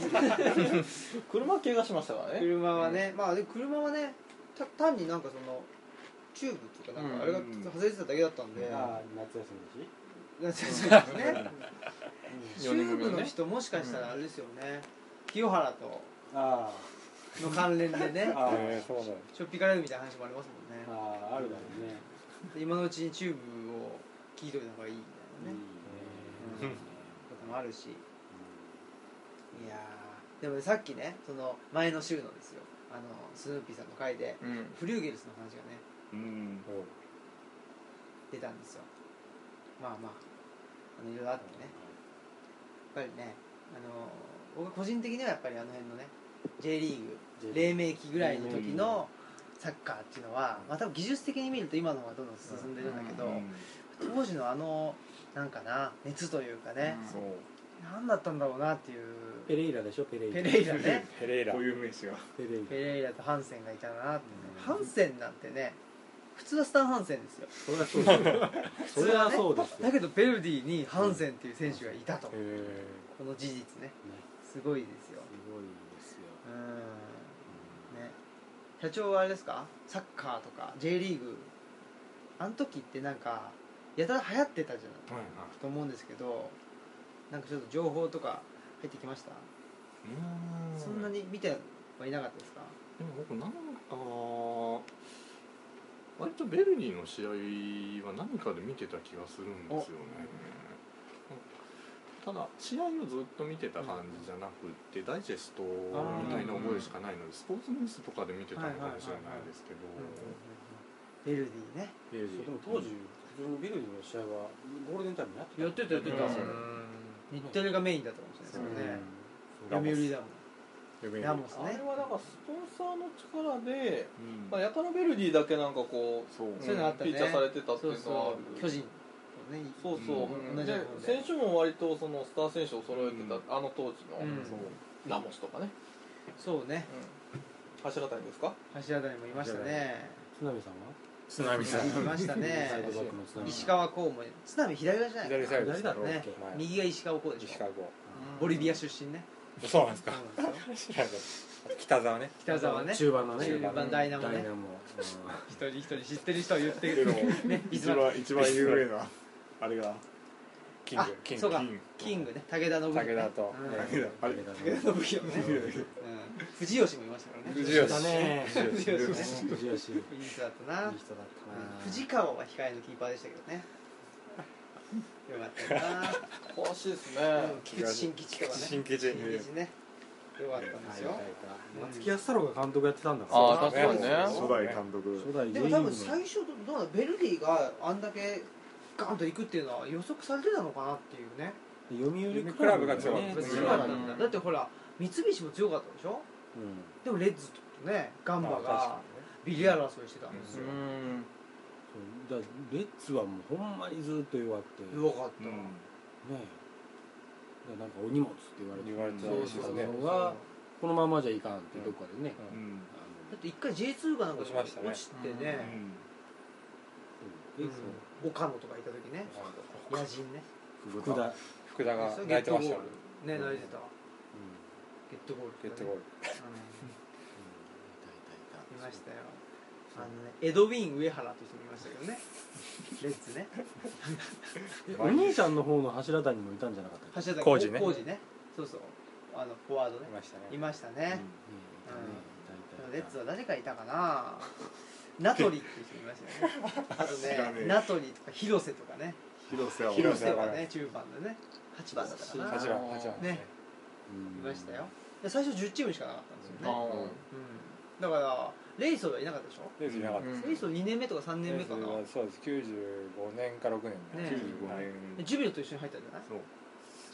[SPEAKER 6] [LAUGHS] 車怪我しましたからね
[SPEAKER 2] 車はね、まあで車はねた単になんかそのチューブっていうかなんかあれが
[SPEAKER 7] うん
[SPEAKER 2] 外れてただけだったんで、
[SPEAKER 3] んああ夏休みだし
[SPEAKER 2] なんかそうですねチ
[SPEAKER 6] 四人
[SPEAKER 2] ュー
[SPEAKER 6] 組の
[SPEAKER 2] ブ
[SPEAKER 6] ね
[SPEAKER 2] の人もしかしたらあれですよね、清原と
[SPEAKER 3] あ
[SPEAKER 2] の関連でね
[SPEAKER 3] あああ、
[SPEAKER 7] ね
[SPEAKER 3] そうだよ
[SPEAKER 2] ちょっぴかれるみたいな話もありますもんね
[SPEAKER 3] あああるだろうね
[SPEAKER 2] で今のうちにチューブを聞いといた方がいいみ
[SPEAKER 3] い
[SPEAKER 2] たいなね
[SPEAKER 3] いね
[SPEAKER 2] こともあるしいやーでもねさっきねその前の週のですよあのスヌーピーさんの回で
[SPEAKER 6] うん
[SPEAKER 2] フリューゲルスの話がね
[SPEAKER 7] うん
[SPEAKER 3] うん
[SPEAKER 2] 出たんですよまあまああのいろいろあってねやっぱりねあの僕は個人的にはやっぱりあの辺のね J リーグ黎明期ぐらいの時のサッカーっていうのは、まあ、多分技術的に見ると今の方がどんどん進んでるんだけど、当時のあのなんかな熱というかね、
[SPEAKER 7] そう
[SPEAKER 2] 何だったんだろうなってい
[SPEAKER 3] ペ
[SPEAKER 2] う
[SPEAKER 3] レイラでしょペレイラ
[SPEAKER 2] ペレイラね
[SPEAKER 5] ヘレイラ
[SPEAKER 7] こういう名詞が
[SPEAKER 3] ペレイラ
[SPEAKER 2] ペレイラとハンセンがいたなってね、ハンセンなんてね普通はスタン・ハンセンですよ
[SPEAKER 3] それはそうですよそれはそうですよ
[SPEAKER 2] だけどベルディにハンセンっていう選手がいたと、
[SPEAKER 5] へえ
[SPEAKER 2] この事実ねすごいですよ
[SPEAKER 3] すごいですよ
[SPEAKER 2] うんね社長はあれですかサッカーとか J リーグあの時ってなんかやたら流行ってたじゃない
[SPEAKER 4] はいはい
[SPEAKER 2] と思うんですけどなんかちょっと情報とか入ってきました
[SPEAKER 4] うー
[SPEAKER 2] そんなに見てはいなかったですか
[SPEAKER 4] でも僕なんかあー割とベルギーの試合は何かで見てた気がするんですよねただ試合をずっと見てた感じじゃなくて、ダイジェストみたいな覚えしかないのでスポーツニュースとかで見てたのかもしれないですけど、
[SPEAKER 2] ベルディね
[SPEAKER 4] ベルギー
[SPEAKER 3] そうでも当時普通にビルディの試合はゴールデンタイムやってた
[SPEAKER 2] やってたやって
[SPEAKER 4] た
[SPEAKER 3] う
[SPEAKER 2] 日
[SPEAKER 3] ん
[SPEAKER 2] テレがメインだったかもしれないですよね
[SPEAKER 5] うん
[SPEAKER 2] 読売だもんラモス
[SPEAKER 6] あれ
[SPEAKER 2] ね
[SPEAKER 6] はなんかスポンサーの力で、
[SPEAKER 4] うん
[SPEAKER 6] まあ、やたらベルディだけなんかこう
[SPEAKER 4] そう
[SPEAKER 2] そういうのあった
[SPEAKER 6] フィー
[SPEAKER 2] ね
[SPEAKER 6] チャーされてたって
[SPEAKER 2] そ
[SPEAKER 6] いううのはある
[SPEAKER 2] そう巨人とね
[SPEAKER 6] そうそう、
[SPEAKER 2] うん
[SPEAKER 6] で
[SPEAKER 2] 同じようなもんで
[SPEAKER 6] 選手も割とそのスター選手を揃えてた、
[SPEAKER 4] うん
[SPEAKER 6] あの当時の、
[SPEAKER 2] うん
[SPEAKER 6] そうラモスとかね、
[SPEAKER 2] そうね
[SPEAKER 6] うん、柱谷ですか
[SPEAKER 2] 橋谷もいましたね
[SPEAKER 3] 津波さんは
[SPEAKER 5] 津波さん
[SPEAKER 2] いました
[SPEAKER 3] サイ
[SPEAKER 2] [LAUGHS] ね
[SPEAKER 3] ドバックの津波
[SPEAKER 2] 石川光も津波左側じゃない
[SPEAKER 5] 左サイド
[SPEAKER 3] 左だろう
[SPEAKER 2] ね
[SPEAKER 5] 前
[SPEAKER 2] 右が石川光でし
[SPEAKER 5] 石
[SPEAKER 2] ょ
[SPEAKER 5] 川郷
[SPEAKER 2] ボリビア出身ね
[SPEAKER 5] そうなんですか
[SPEAKER 2] そうなんですよ
[SPEAKER 5] 知らなかった北沢ね
[SPEAKER 2] 北沢 [LAUGHS] ね
[SPEAKER 3] 中盤のね
[SPEAKER 2] 中盤ダイナモ
[SPEAKER 3] ダイ
[SPEAKER 2] ね
[SPEAKER 3] ナモ
[SPEAKER 2] 一人一人知ってる人は言って
[SPEAKER 7] で
[SPEAKER 2] る
[SPEAKER 7] も
[SPEAKER 2] [LAUGHS] ねい
[SPEAKER 7] 一
[SPEAKER 2] つまで
[SPEAKER 7] 番一番有名なあれが
[SPEAKER 5] キン
[SPEAKER 2] あ
[SPEAKER 5] グキン
[SPEAKER 2] そう
[SPEAKER 5] グ
[SPEAKER 2] か
[SPEAKER 7] キング
[SPEAKER 2] キングね武田信
[SPEAKER 5] 武田と
[SPEAKER 2] うん
[SPEAKER 5] ね
[SPEAKER 7] あれ
[SPEAKER 3] うん
[SPEAKER 2] 武田信彦ね [LAUGHS] うん藤吉もいましたからね
[SPEAKER 5] 藤吉
[SPEAKER 3] だね
[SPEAKER 2] 藤吉ね
[SPEAKER 3] 藤吉いい人
[SPEAKER 2] いい人だった
[SPEAKER 3] だ
[SPEAKER 2] な
[SPEAKER 3] ったな
[SPEAKER 2] 藤川は控えのキーパーでしたけど [LAUGHS] ねよかった
[SPEAKER 6] 詳しいですね、
[SPEAKER 2] なうん菊池新吉とかね
[SPEAKER 5] 新吉
[SPEAKER 2] 新吉ねよかったんですよ
[SPEAKER 3] 松木安太郎が監督やってたんだから
[SPEAKER 6] ああ確かにね
[SPEAKER 5] そう
[SPEAKER 7] 初代監督
[SPEAKER 3] 初代 J
[SPEAKER 2] でも多
[SPEAKER 3] リーグの
[SPEAKER 2] 分最初とどうだベルディがあんだけガーンと行くっていうのは予測されてたのかなっていうね
[SPEAKER 3] 読売
[SPEAKER 5] 売
[SPEAKER 3] ク
[SPEAKER 5] ク
[SPEAKER 3] ラ
[SPEAKER 5] ラ
[SPEAKER 3] ブ
[SPEAKER 5] ブ
[SPEAKER 3] が
[SPEAKER 5] が
[SPEAKER 3] 強
[SPEAKER 5] 強
[SPEAKER 3] か
[SPEAKER 5] か
[SPEAKER 3] っ
[SPEAKER 5] ったた
[SPEAKER 2] そうだったん
[SPEAKER 3] でね
[SPEAKER 5] ですすね
[SPEAKER 2] だだってほら三菱も強かったでしょでもレッズとねガンバがビリヤー争いしてたんですよ
[SPEAKER 6] うん
[SPEAKER 3] だからレッツはもうほんまにずっと弱くてね
[SPEAKER 2] 弱かっ
[SPEAKER 7] うん
[SPEAKER 3] えだからなんかお荷物って言われて
[SPEAKER 5] 言われてた
[SPEAKER 3] そう
[SPEAKER 5] らしい
[SPEAKER 3] そ
[SPEAKER 5] で
[SPEAKER 3] う
[SPEAKER 5] す
[SPEAKER 3] そう
[SPEAKER 5] ね
[SPEAKER 3] がこのままじゃいかんってどっかでね、
[SPEAKER 7] う
[SPEAKER 5] うん
[SPEAKER 3] あ
[SPEAKER 2] だって一回 J2 がなんか
[SPEAKER 5] 落ちましたね
[SPEAKER 2] 落ちて
[SPEAKER 7] う
[SPEAKER 2] ね
[SPEAKER 7] ん
[SPEAKER 3] の、
[SPEAKER 2] うん岡野とかいた時ね野人ね
[SPEAKER 3] うん、福田、うん、
[SPEAKER 5] 福田が
[SPEAKER 2] それ
[SPEAKER 5] 泣いてま
[SPEAKER 2] ゲッ
[SPEAKER 5] した
[SPEAKER 2] ト
[SPEAKER 5] よ
[SPEAKER 2] ボ
[SPEAKER 5] ね
[SPEAKER 2] ールね泣いてたゲットボール
[SPEAKER 5] ゲットボ
[SPEAKER 2] うん
[SPEAKER 5] ール
[SPEAKER 2] いましたよあのねエドウィン上原って人もいましたけどねレッツね
[SPEAKER 3] いたいたいたえお兄ちゃんの方の柱谷もいたんじゃなかったっけ、
[SPEAKER 2] 橋田
[SPEAKER 5] 浩二ね
[SPEAKER 2] 工事ねそうそうあのフォワードね
[SPEAKER 5] いましたね
[SPEAKER 2] いましたね
[SPEAKER 3] うんいたね
[SPEAKER 2] レ
[SPEAKER 3] いたいたいた
[SPEAKER 2] ッツは誰かいたかなナトリっていう人いましたよね
[SPEAKER 7] 知ら
[SPEAKER 2] あ
[SPEAKER 7] ね
[SPEAKER 2] とね
[SPEAKER 7] え
[SPEAKER 2] ナトリとか広瀬とかね
[SPEAKER 7] 広瀬は
[SPEAKER 2] 広瀬
[SPEAKER 5] 瀬
[SPEAKER 2] はね中盤でね8番だったかな
[SPEAKER 5] 八
[SPEAKER 2] い
[SPEAKER 5] 番八番
[SPEAKER 2] ね
[SPEAKER 3] うん
[SPEAKER 2] ましたよで最初10チームしかなかったんですよ
[SPEAKER 6] あ
[SPEAKER 2] ね、
[SPEAKER 6] ー
[SPEAKER 2] うん、だからレイソルはいなかったでしょ、
[SPEAKER 5] レイズいなかった
[SPEAKER 6] うん
[SPEAKER 2] レイソル2年目とか3年目かな、
[SPEAKER 5] レイズはそうです95年か6年
[SPEAKER 2] ね
[SPEAKER 7] 95
[SPEAKER 5] はい
[SPEAKER 7] 年
[SPEAKER 2] ジュビロと一緒に入ったんじゃない
[SPEAKER 7] そう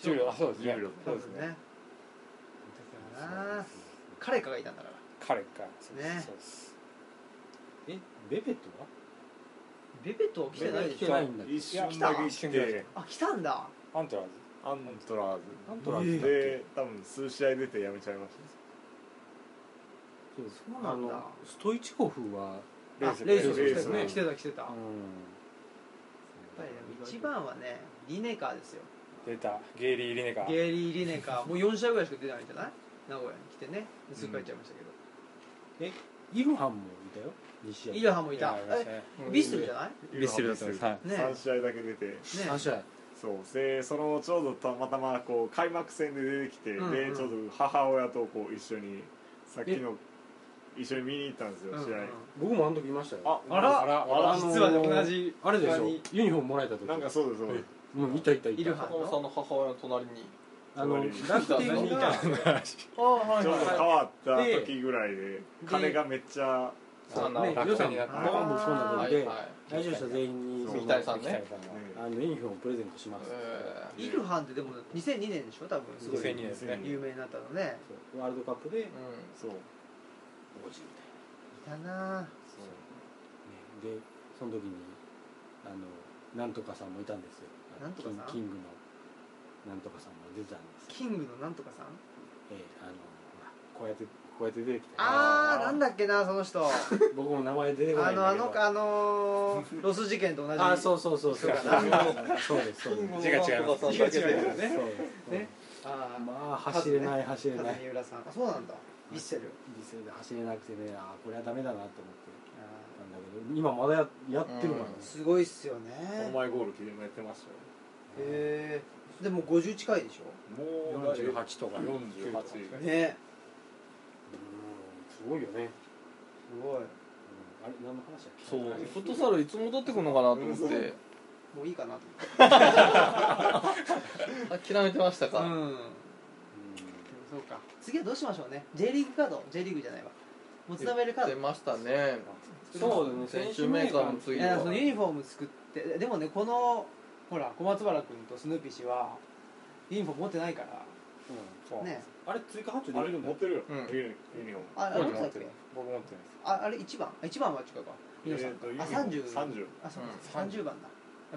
[SPEAKER 5] ジュビロあそうです
[SPEAKER 7] ジュ
[SPEAKER 5] ね
[SPEAKER 7] ビロ
[SPEAKER 5] そ
[SPEAKER 2] 多
[SPEAKER 5] うです
[SPEAKER 2] 分ね
[SPEAKER 5] ね
[SPEAKER 2] だからな彼かがいたんだから
[SPEAKER 5] 彼かそうです
[SPEAKER 2] ね
[SPEAKER 5] そうです
[SPEAKER 3] えベベットは
[SPEAKER 2] ベベト来てないでし
[SPEAKER 3] 来
[SPEAKER 2] ょ
[SPEAKER 3] てないんだっけ
[SPEAKER 7] 一瞬だけ
[SPEAKER 5] 一
[SPEAKER 7] 行
[SPEAKER 5] 瞬
[SPEAKER 7] っ
[SPEAKER 5] ぐらいして
[SPEAKER 2] あ来たんだ
[SPEAKER 5] アントラーズ
[SPEAKER 7] アントラーズ
[SPEAKER 3] アントラーズだっけ
[SPEAKER 7] で多分数試合出てやめちゃいました
[SPEAKER 3] そう
[SPEAKER 2] うなんだ
[SPEAKER 3] あのストイチコフは
[SPEAKER 2] あ
[SPEAKER 5] レ
[SPEAKER 2] レイ
[SPEAKER 5] イ
[SPEAKER 2] ソ
[SPEAKER 5] ソ
[SPEAKER 2] ル来
[SPEAKER 5] ル
[SPEAKER 2] てた
[SPEAKER 7] レイソ
[SPEAKER 2] 来て
[SPEAKER 7] ル
[SPEAKER 2] た来てたや
[SPEAKER 3] う
[SPEAKER 2] っ
[SPEAKER 3] ん
[SPEAKER 2] ぱりでも一番はねリネカーですよ
[SPEAKER 5] 出たゲイリー・リネカ
[SPEAKER 2] ゲイリー・リネカーもう4試合ぐらいしか出てないんじゃない名古屋に来てねすぐ帰っちゃいましたけど、
[SPEAKER 3] イルハンもいたよ2試合
[SPEAKER 2] イラハもいた
[SPEAKER 5] いました
[SPEAKER 2] え
[SPEAKER 5] ね
[SPEAKER 2] ビストルじゃない
[SPEAKER 7] ね
[SPEAKER 5] ビスルだったんですはい
[SPEAKER 2] ね
[SPEAKER 7] 3試合だけ出て
[SPEAKER 2] ね
[SPEAKER 3] 3試合
[SPEAKER 7] そうでそのちょうどたまたまこう開幕戦で出てきて、
[SPEAKER 2] うんうん
[SPEAKER 7] でちょうど母親とこう一緒にさっきの一緒に見に行ったんですよ試合、
[SPEAKER 3] 僕もあの時いましたよ
[SPEAKER 7] あ
[SPEAKER 2] あら
[SPEAKER 5] あら
[SPEAKER 7] あら
[SPEAKER 2] 実はね同じ
[SPEAKER 3] あれでし
[SPEAKER 2] 他
[SPEAKER 3] ょ
[SPEAKER 2] に
[SPEAKER 3] ユニフォームもらえた時
[SPEAKER 7] なんかそうですそうです
[SPEAKER 3] うんいたいたいた
[SPEAKER 2] イルハ
[SPEAKER 6] 坂本さんの母親の隣に
[SPEAKER 3] あの
[SPEAKER 7] いた
[SPEAKER 3] 楽天
[SPEAKER 6] い
[SPEAKER 3] が
[SPEAKER 2] ああはい
[SPEAKER 7] ちょうど変わった
[SPEAKER 3] で
[SPEAKER 7] 時ぐらいで金がめっちゃ
[SPEAKER 3] そう
[SPEAKER 6] あ
[SPEAKER 3] ね
[SPEAKER 5] 楽
[SPEAKER 3] 予算
[SPEAKER 5] 天
[SPEAKER 3] も予
[SPEAKER 5] になった
[SPEAKER 3] 算もそうなの
[SPEAKER 6] はい
[SPEAKER 3] で
[SPEAKER 6] はい
[SPEAKER 3] 来場者全員に
[SPEAKER 7] そ
[SPEAKER 3] そ
[SPEAKER 7] う
[SPEAKER 3] の
[SPEAKER 6] 三谷さんね
[SPEAKER 3] あのユニフォームをプレゼントします
[SPEAKER 6] え
[SPEAKER 2] イルハンってでも2002年でしょ多分すご
[SPEAKER 5] 2002
[SPEAKER 2] い
[SPEAKER 5] 年ですね
[SPEAKER 2] 有名になったのね
[SPEAKER 3] そうワールドカップで
[SPEAKER 6] ーうん
[SPEAKER 7] そう
[SPEAKER 2] いたな
[SPEAKER 3] ねでその時にあのなんとかさんもいたんですよあの
[SPEAKER 2] なんとかさん
[SPEAKER 3] キンキングのなんとかさんも出てたんです
[SPEAKER 2] キ
[SPEAKER 3] よ
[SPEAKER 2] ングのなんとかさん
[SPEAKER 3] ええあのほらこうやってこうやって出てきて
[SPEAKER 2] あーなんだっけなその人
[SPEAKER 3] 僕も名前出てこな
[SPEAKER 2] あ
[SPEAKER 3] いんだ
[SPEAKER 2] のあ
[SPEAKER 3] けど
[SPEAKER 2] のあの [LAUGHS] ーロス事件と同じ
[SPEAKER 3] あそうそうそうそうそうですそうです
[SPEAKER 5] 字が違います
[SPEAKER 6] さんだけ
[SPEAKER 2] 字が違い
[SPEAKER 6] で
[SPEAKER 2] ますね
[SPEAKER 3] ね
[SPEAKER 2] ねあー
[SPEAKER 3] まあ走れない走れ
[SPEAKER 2] カズ
[SPEAKER 3] ない
[SPEAKER 2] 三浦さんあそうなんだヴィッセル
[SPEAKER 3] 理性で走れなくてねああこれはダメだなと思って
[SPEAKER 2] あ
[SPEAKER 3] たんだけど今まだややってるからね
[SPEAKER 2] ーすごいっすよ
[SPEAKER 4] お
[SPEAKER 2] ね
[SPEAKER 4] 前ゴール決めてましたよ
[SPEAKER 2] へえでも50近いでし
[SPEAKER 4] もう
[SPEAKER 5] 48とか
[SPEAKER 4] 48
[SPEAKER 2] ょね
[SPEAKER 3] うんすごいよね
[SPEAKER 2] すごい
[SPEAKER 3] うんあれ何の話だっけ
[SPEAKER 6] そうフットサルいつ戻ってくるのかなと思って
[SPEAKER 2] もういいかなと思って
[SPEAKER 6] 諦めてましたか、
[SPEAKER 2] うんそうか次はどうしましょうね J リーグカード J リーグじゃないわもつなめるカー
[SPEAKER 6] 出
[SPEAKER 2] ド
[SPEAKER 6] ましたね
[SPEAKER 3] そうだね
[SPEAKER 6] 選手メーカーの次
[SPEAKER 2] い
[SPEAKER 6] は
[SPEAKER 2] やそのユニフォーム作ってでもねこのほら小松原君とスヌーピー氏はユニフォーム持ってないから
[SPEAKER 3] うん
[SPEAKER 2] ね
[SPEAKER 3] あれ追加発注
[SPEAKER 7] あ
[SPEAKER 3] で
[SPEAKER 7] れ
[SPEAKER 3] きるんだ
[SPEAKER 7] 持ってるよ、
[SPEAKER 6] うん
[SPEAKER 7] ユニフォーム
[SPEAKER 2] ああれ持ってたっけ
[SPEAKER 3] 僕持ってない
[SPEAKER 2] ああれ1番あ1番は違うか
[SPEAKER 7] え
[SPEAKER 2] 皆さん
[SPEAKER 7] ーとユニ
[SPEAKER 2] あ
[SPEAKER 7] フォーム
[SPEAKER 2] 30
[SPEAKER 7] 30
[SPEAKER 2] あそう
[SPEAKER 6] う
[SPEAKER 2] か、
[SPEAKER 6] ん
[SPEAKER 2] 30番だ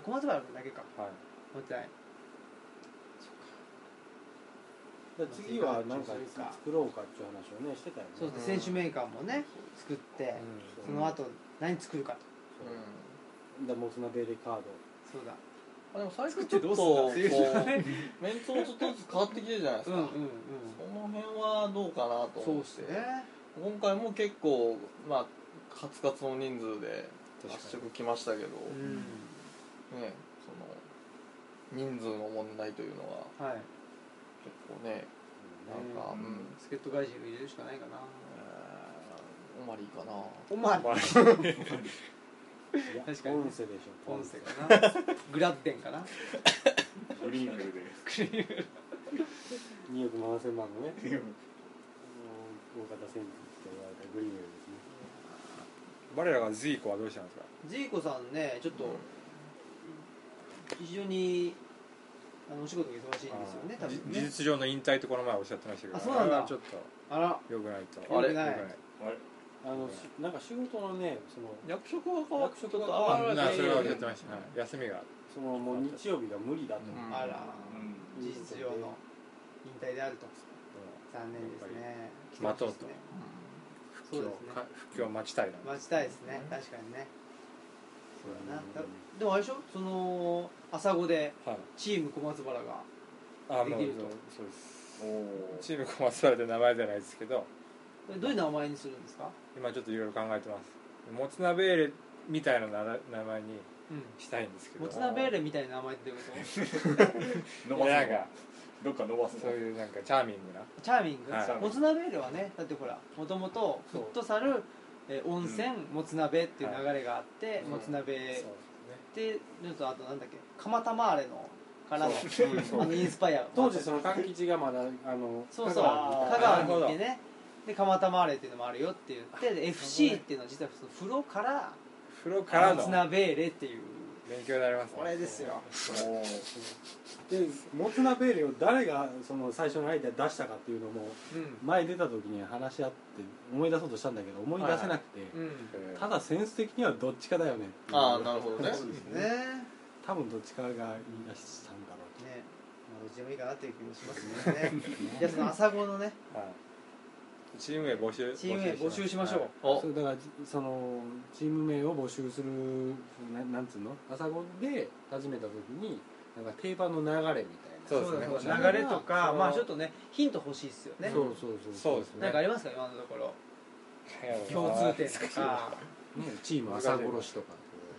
[SPEAKER 2] 小松原君だけか
[SPEAKER 3] はい
[SPEAKER 2] 持ってない
[SPEAKER 3] だから次はなんか作ろうかっていう話をねしてたよね
[SPEAKER 2] そうですね選手メーカーもね作って
[SPEAKER 3] うん
[SPEAKER 2] その後何作るかと
[SPEAKER 3] そう
[SPEAKER 6] う
[SPEAKER 3] だモツナデイリーカード
[SPEAKER 2] そうだ
[SPEAKER 6] んあでも最近ちょっとこうメンツもちょっとずつ変わってきてるじゃないです
[SPEAKER 2] う
[SPEAKER 6] か、
[SPEAKER 2] んうんうん
[SPEAKER 6] この辺はどうかなと
[SPEAKER 2] そう
[SPEAKER 6] 思
[SPEAKER 2] っ
[SPEAKER 6] っ
[SPEAKER 2] す
[SPEAKER 6] て
[SPEAKER 2] ね
[SPEAKER 6] 今回も結構まあカツカツの人数で圧色来ましたけど、
[SPEAKER 2] うん
[SPEAKER 6] ねその人数の問題というのは
[SPEAKER 2] はい
[SPEAKER 6] 結構ねなんか、うん
[SPEAKER 2] 助っ人外人を入れるしかないかな
[SPEAKER 6] えー、おまりかな
[SPEAKER 2] お前
[SPEAKER 3] いや
[SPEAKER 2] 確かに
[SPEAKER 3] ポンセでしょ
[SPEAKER 2] ポンセかな [LAUGHS] グラッデンかな
[SPEAKER 7] グリーンルで
[SPEAKER 3] 2億7千万の [LAUGHS] ね
[SPEAKER 7] ユニフォーム
[SPEAKER 3] 大型戦術と言われたグリーンウェルですね
[SPEAKER 5] 我らがジーコはどうしたんですか
[SPEAKER 2] ジーコさんねちょっと非常にあのお仕事が忙しいんですよね多
[SPEAKER 5] じ
[SPEAKER 2] 分
[SPEAKER 5] 事
[SPEAKER 2] ね
[SPEAKER 5] 実上の引退ってこの前おっしゃってましたけど
[SPEAKER 2] あそうなんだ
[SPEAKER 5] あれはちょっと
[SPEAKER 2] あら
[SPEAKER 5] よくないと
[SPEAKER 6] あれ
[SPEAKER 2] 良くない
[SPEAKER 5] 良くない
[SPEAKER 3] あのしなんか仕事のねその
[SPEAKER 6] 役職が変わってちょっと
[SPEAKER 3] あ
[SPEAKER 6] あ
[SPEAKER 3] れ
[SPEAKER 5] なそれはおっしゃって
[SPEAKER 6] ま
[SPEAKER 5] ました、はい休みが
[SPEAKER 3] そのもう日曜日が無理だと、
[SPEAKER 5] うん
[SPEAKER 2] あら
[SPEAKER 7] う
[SPEAKER 2] 事実上の引退であると残念ですね
[SPEAKER 5] 待とうと
[SPEAKER 2] 来てほしいですね
[SPEAKER 5] 復
[SPEAKER 2] そう
[SPEAKER 5] 帰
[SPEAKER 2] で
[SPEAKER 5] を
[SPEAKER 2] すね
[SPEAKER 5] か復帰を待ちたいな
[SPEAKER 2] 待ちたいですね確かにねそうだなだでもあれでしょその朝子で
[SPEAKER 5] はい
[SPEAKER 2] チーム小松原が
[SPEAKER 5] あ
[SPEAKER 2] で
[SPEAKER 5] もう
[SPEAKER 2] きると
[SPEAKER 5] そうです
[SPEAKER 7] おお
[SPEAKER 5] チーム小松原で名前じゃないですけど
[SPEAKER 2] どういう名前にするんですか
[SPEAKER 5] 今ちょっといろいろ考えてますもつ鍋ーレみたいな名名前に
[SPEAKER 2] うん
[SPEAKER 5] したいんですけど
[SPEAKER 2] モツナベーレみたいな名前ってどういうこと
[SPEAKER 5] いやなん
[SPEAKER 7] 伸ばすの
[SPEAKER 5] か
[SPEAKER 7] どっか伸ばす
[SPEAKER 5] そういうなんかチャーミングな
[SPEAKER 2] [LAUGHS] チャーミング、
[SPEAKER 5] はい
[SPEAKER 2] もつ鍋ではねだってほらもともとフットサル、えー温泉、もつ鍋っていう流れがあって、もつ鍋でちょっとあとなんだっけ釜玉あれのからのあのインスパイア
[SPEAKER 3] 当時その勘吉がまだあの
[SPEAKER 2] そうそう
[SPEAKER 3] 香
[SPEAKER 2] 香川
[SPEAKER 3] 川に
[SPEAKER 2] に行ってねで釜玉あれっていうのもあるよって言ってで FC っていうのは実はその風呂から
[SPEAKER 5] 風呂か
[SPEAKER 2] も
[SPEAKER 5] らの
[SPEAKER 2] つ鍋れっていう
[SPEAKER 5] 勉強になりますね
[SPEAKER 2] ですよ
[SPEAKER 7] おー
[SPEAKER 3] でモツナベーレを誰がその最初のアイデア出したかっていうのも
[SPEAKER 2] うん
[SPEAKER 3] 前出た時に話し合って思い出そうとしたんだけど思い出せなくて、
[SPEAKER 2] うん
[SPEAKER 5] えー
[SPEAKER 3] ただセンス的にはどっちかだよねっていう
[SPEAKER 6] ああなるほどね
[SPEAKER 7] そうです
[SPEAKER 2] ね
[SPEAKER 7] ね
[SPEAKER 3] 多分どっちかが言い出したんだろうと
[SPEAKER 2] ねまあどっちでもいいかなっていう気もし [LAUGHS] ますねいやその朝子のね
[SPEAKER 5] はいチーム名募集
[SPEAKER 2] チーム名募集しましょう、
[SPEAKER 6] お
[SPEAKER 3] それだからそのチーム名を募集するななんつうの朝ごで始めた時になんか定番の流れみたい
[SPEAKER 5] そう
[SPEAKER 3] な
[SPEAKER 5] ですね
[SPEAKER 2] そうだそうだ流れとかまあちょっとねヒント欲しいですよね
[SPEAKER 3] そうそうそう
[SPEAKER 5] そうですね
[SPEAKER 2] なんかありますか今のところ共通点とか
[SPEAKER 3] ねチーム朝殺しとか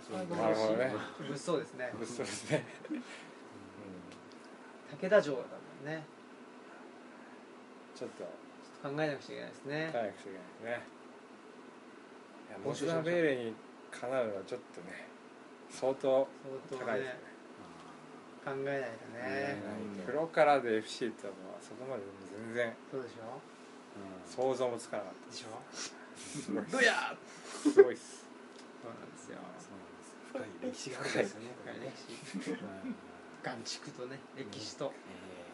[SPEAKER 3] そういうの
[SPEAKER 5] なるほどね
[SPEAKER 2] 物騒ですね
[SPEAKER 5] 物騒ですね
[SPEAKER 2] 武田城だもんね
[SPEAKER 5] ちょっと
[SPEAKER 2] ちょっと考えなくちゃいけないですね
[SPEAKER 5] 早くしといけないねいやモスナベーレにかなうのはちょっとね相当
[SPEAKER 2] 相
[SPEAKER 5] 高
[SPEAKER 2] 当
[SPEAKER 5] いです
[SPEAKER 2] ね
[SPEAKER 5] ね
[SPEAKER 2] 考えないとね
[SPEAKER 5] うん風呂からで FC ってのはそこまで全然
[SPEAKER 2] そうでしょ
[SPEAKER 5] 想像もつかなかっ
[SPEAKER 2] でしょ
[SPEAKER 5] たどやすごいっす
[SPEAKER 2] そうなんですよ
[SPEAKER 3] 深い歴史があるんですよね
[SPEAKER 2] だから歴史
[SPEAKER 3] うん
[SPEAKER 2] 眼畜とね歴史と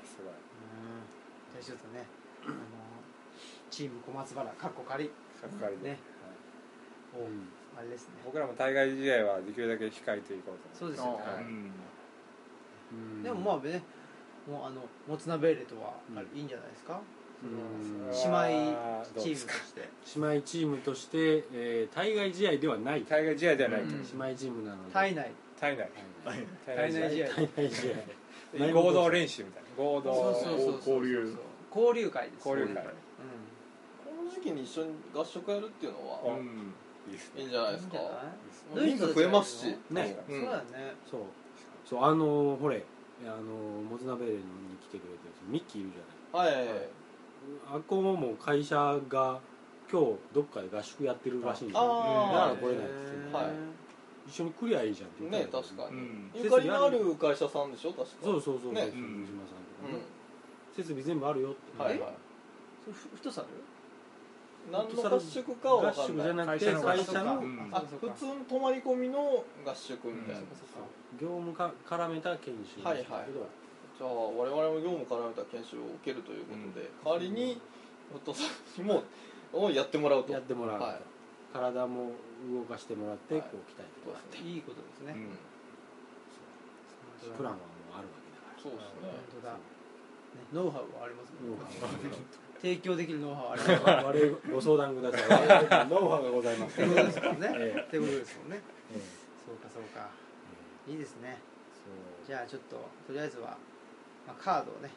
[SPEAKER 5] すごい
[SPEAKER 2] じゃあちょっとねあのチーム小松原かっこ仮
[SPEAKER 5] かっこ悪い
[SPEAKER 2] ね
[SPEAKER 5] はい
[SPEAKER 2] あれですね
[SPEAKER 5] 僕らも対外試合はできるだけ控えていこうと
[SPEAKER 2] そう
[SPEAKER 5] 思
[SPEAKER 2] ですよね
[SPEAKER 6] あ
[SPEAKER 7] うん
[SPEAKER 3] うん
[SPEAKER 2] でもまあねもうあのもつ鍋入れとは
[SPEAKER 3] うん
[SPEAKER 2] いいんじゃないですか、
[SPEAKER 3] そう
[SPEAKER 2] その姉妹チームとして
[SPEAKER 3] 姉妹チームとして、えー対外試合ではない
[SPEAKER 5] 対外試合ではないと、
[SPEAKER 2] うん
[SPEAKER 3] 姉妹チームなので
[SPEAKER 2] [LAUGHS] 体内
[SPEAKER 5] 体内
[SPEAKER 3] はい
[SPEAKER 2] 体内試合
[SPEAKER 3] 対外試合内部
[SPEAKER 5] 合同練習みたいな合同
[SPEAKER 2] そうそうそうそう
[SPEAKER 7] 交流
[SPEAKER 2] 交流会です
[SPEAKER 5] 交流会
[SPEAKER 6] この時期に一緒に合宿やるっていうのは
[SPEAKER 7] うん
[SPEAKER 4] いいです
[SPEAKER 6] いい
[SPEAKER 4] ね
[SPEAKER 6] んじゃ
[SPEAKER 2] う
[SPEAKER 6] なんいですか
[SPEAKER 2] いいんじゃない
[SPEAKER 6] 人数増えますし
[SPEAKER 3] ね
[SPEAKER 2] そうだね
[SPEAKER 3] そうそうあのーほれあのーモズナベレに来てくれてるミッキーいるじゃない
[SPEAKER 6] はいはい
[SPEAKER 3] あっこももう会社が今日どっかで合宿やってるらしいんで
[SPEAKER 6] ああ
[SPEAKER 3] だから来れないって言って
[SPEAKER 6] はい
[SPEAKER 3] 一緒に来りゃいいじゃんって言った
[SPEAKER 6] ね
[SPEAKER 3] んだけど
[SPEAKER 6] 確か
[SPEAKER 7] う
[SPEAKER 6] に
[SPEAKER 7] ん
[SPEAKER 6] ゆかりのある会社さんでしょ確か
[SPEAKER 3] そうそうそうそう、
[SPEAKER 6] ね
[SPEAKER 3] そう
[SPEAKER 6] うん
[SPEAKER 3] 三島さんとかね、
[SPEAKER 6] う
[SPEAKER 3] 設備全部あるよって、
[SPEAKER 6] んはいはい
[SPEAKER 2] それふ太さある
[SPEAKER 6] 何の合宿かは
[SPEAKER 3] 合
[SPEAKER 6] 分かん
[SPEAKER 3] 宿
[SPEAKER 6] な
[SPEAKER 3] じ
[SPEAKER 6] い
[SPEAKER 3] ゃなくて
[SPEAKER 5] 会
[SPEAKER 3] 会
[SPEAKER 5] 社
[SPEAKER 3] 社
[SPEAKER 5] の
[SPEAKER 3] の
[SPEAKER 7] うん
[SPEAKER 6] あ普通の泊まり込みの合宿みたいな、
[SPEAKER 7] うん
[SPEAKER 3] 業務か絡めた研修なんですけど、
[SPEAKER 6] はいはいじゃあ我々も業務からめた研修を受けるということで、代わりにお父さんにもをやってもらうと
[SPEAKER 3] やってもらうと、
[SPEAKER 6] はい
[SPEAKER 3] 体も動かしてもらって、
[SPEAKER 6] はい
[SPEAKER 3] こう鍛えてもらって
[SPEAKER 2] いいことですね
[SPEAKER 7] うん
[SPEAKER 2] 本当だ
[SPEAKER 3] プランはもうあるわけだから
[SPEAKER 6] そうですね
[SPEAKER 2] 本当だねノウハウはあります [LAUGHS]
[SPEAKER 3] ノウ
[SPEAKER 2] ね
[SPEAKER 3] ハウが
[SPEAKER 2] 提供できるノウハウはあります [LAUGHS]
[SPEAKER 3] 我々ご相談くださいノウハウがございます
[SPEAKER 2] ってことですもんね
[SPEAKER 3] ええ
[SPEAKER 2] ってことですもんね
[SPEAKER 3] ええ
[SPEAKER 2] そうかそうか
[SPEAKER 3] え
[SPEAKER 2] いいですね
[SPEAKER 3] えそう
[SPEAKER 2] じゃあちょっととりあえずは、まあ、カードをね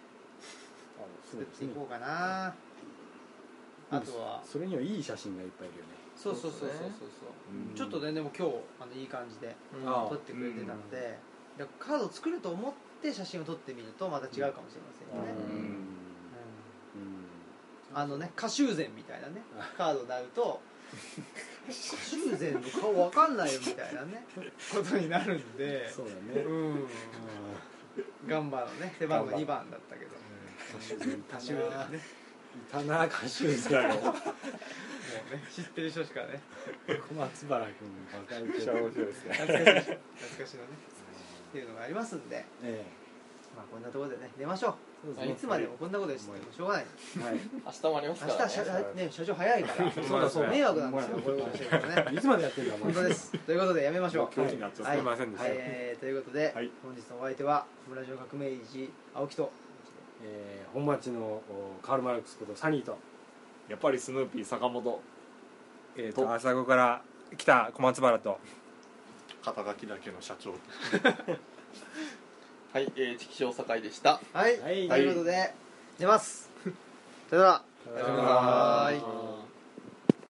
[SPEAKER 3] そう
[SPEAKER 2] 作っ
[SPEAKER 3] です
[SPEAKER 2] てい
[SPEAKER 3] ね
[SPEAKER 2] こうかなあとは
[SPEAKER 3] それにはいい写真がいっぱいいるよね
[SPEAKER 2] そうそうそうそうそう
[SPEAKER 7] うん
[SPEAKER 2] ちょっとねでも今日あのいい感じで
[SPEAKER 6] うん
[SPEAKER 3] あ
[SPEAKER 2] 撮ってくれてたのでだからカードを作ると思って写真を撮ってみるとまた違うかもしれませんよね、
[SPEAKER 3] うんうん
[SPEAKER 2] あのね歌集膳みたいなねカードになると歌集膳の顔わかんないよみたいな
[SPEAKER 3] [LAUGHS]
[SPEAKER 2] ねことになるんで
[SPEAKER 3] そうだね、
[SPEAKER 2] うんガンバのね背番号
[SPEAKER 3] ガン
[SPEAKER 2] 2番だったけど
[SPEAKER 3] 歌手だねいたな歌手だよ
[SPEAKER 2] も
[SPEAKER 3] [LAUGHS]
[SPEAKER 2] うね知ってる人しかね
[SPEAKER 3] 小松原君バカウ
[SPEAKER 5] めっ
[SPEAKER 3] ケ
[SPEAKER 5] ちゃ面白いですね
[SPEAKER 2] 懐かしい
[SPEAKER 3] [LAUGHS]
[SPEAKER 2] 懐かしのねっていうのがありますんで
[SPEAKER 3] ええ
[SPEAKER 2] まあこんなところでね寝ましょ
[SPEAKER 3] そう
[SPEAKER 2] ういつまでもこんなことしててもしょうがない
[SPEAKER 3] はい
[SPEAKER 6] 明日もあります
[SPEAKER 2] 明
[SPEAKER 6] から、ね、
[SPEAKER 2] 日社,、ね、社長早い
[SPEAKER 3] [LAUGHS]
[SPEAKER 2] から
[SPEAKER 5] そうだそうだ
[SPEAKER 2] 迷惑なんですよこういうことしてるからね
[SPEAKER 3] いつまでやってんだお前
[SPEAKER 2] 本当です [LAUGHS] ということでやめましょう
[SPEAKER 7] 今日になっちゃった
[SPEAKER 2] はい
[SPEAKER 5] すいませんでした、
[SPEAKER 2] はい、えーということで、
[SPEAKER 7] はい
[SPEAKER 2] 本日のお相手は小村城革命児青木と
[SPEAKER 3] えー本町のおカール・マルクスことサニーと
[SPEAKER 7] やっぱりスヌーピー坂本
[SPEAKER 5] えー、と朝子から来た小松原と
[SPEAKER 4] 肩書きだけの社長
[SPEAKER 6] はい、えー、チキショウ堺でした
[SPEAKER 2] はい、
[SPEAKER 3] はい
[SPEAKER 2] ということで出ますさよなら
[SPEAKER 6] はーい
[SPEAKER 3] あー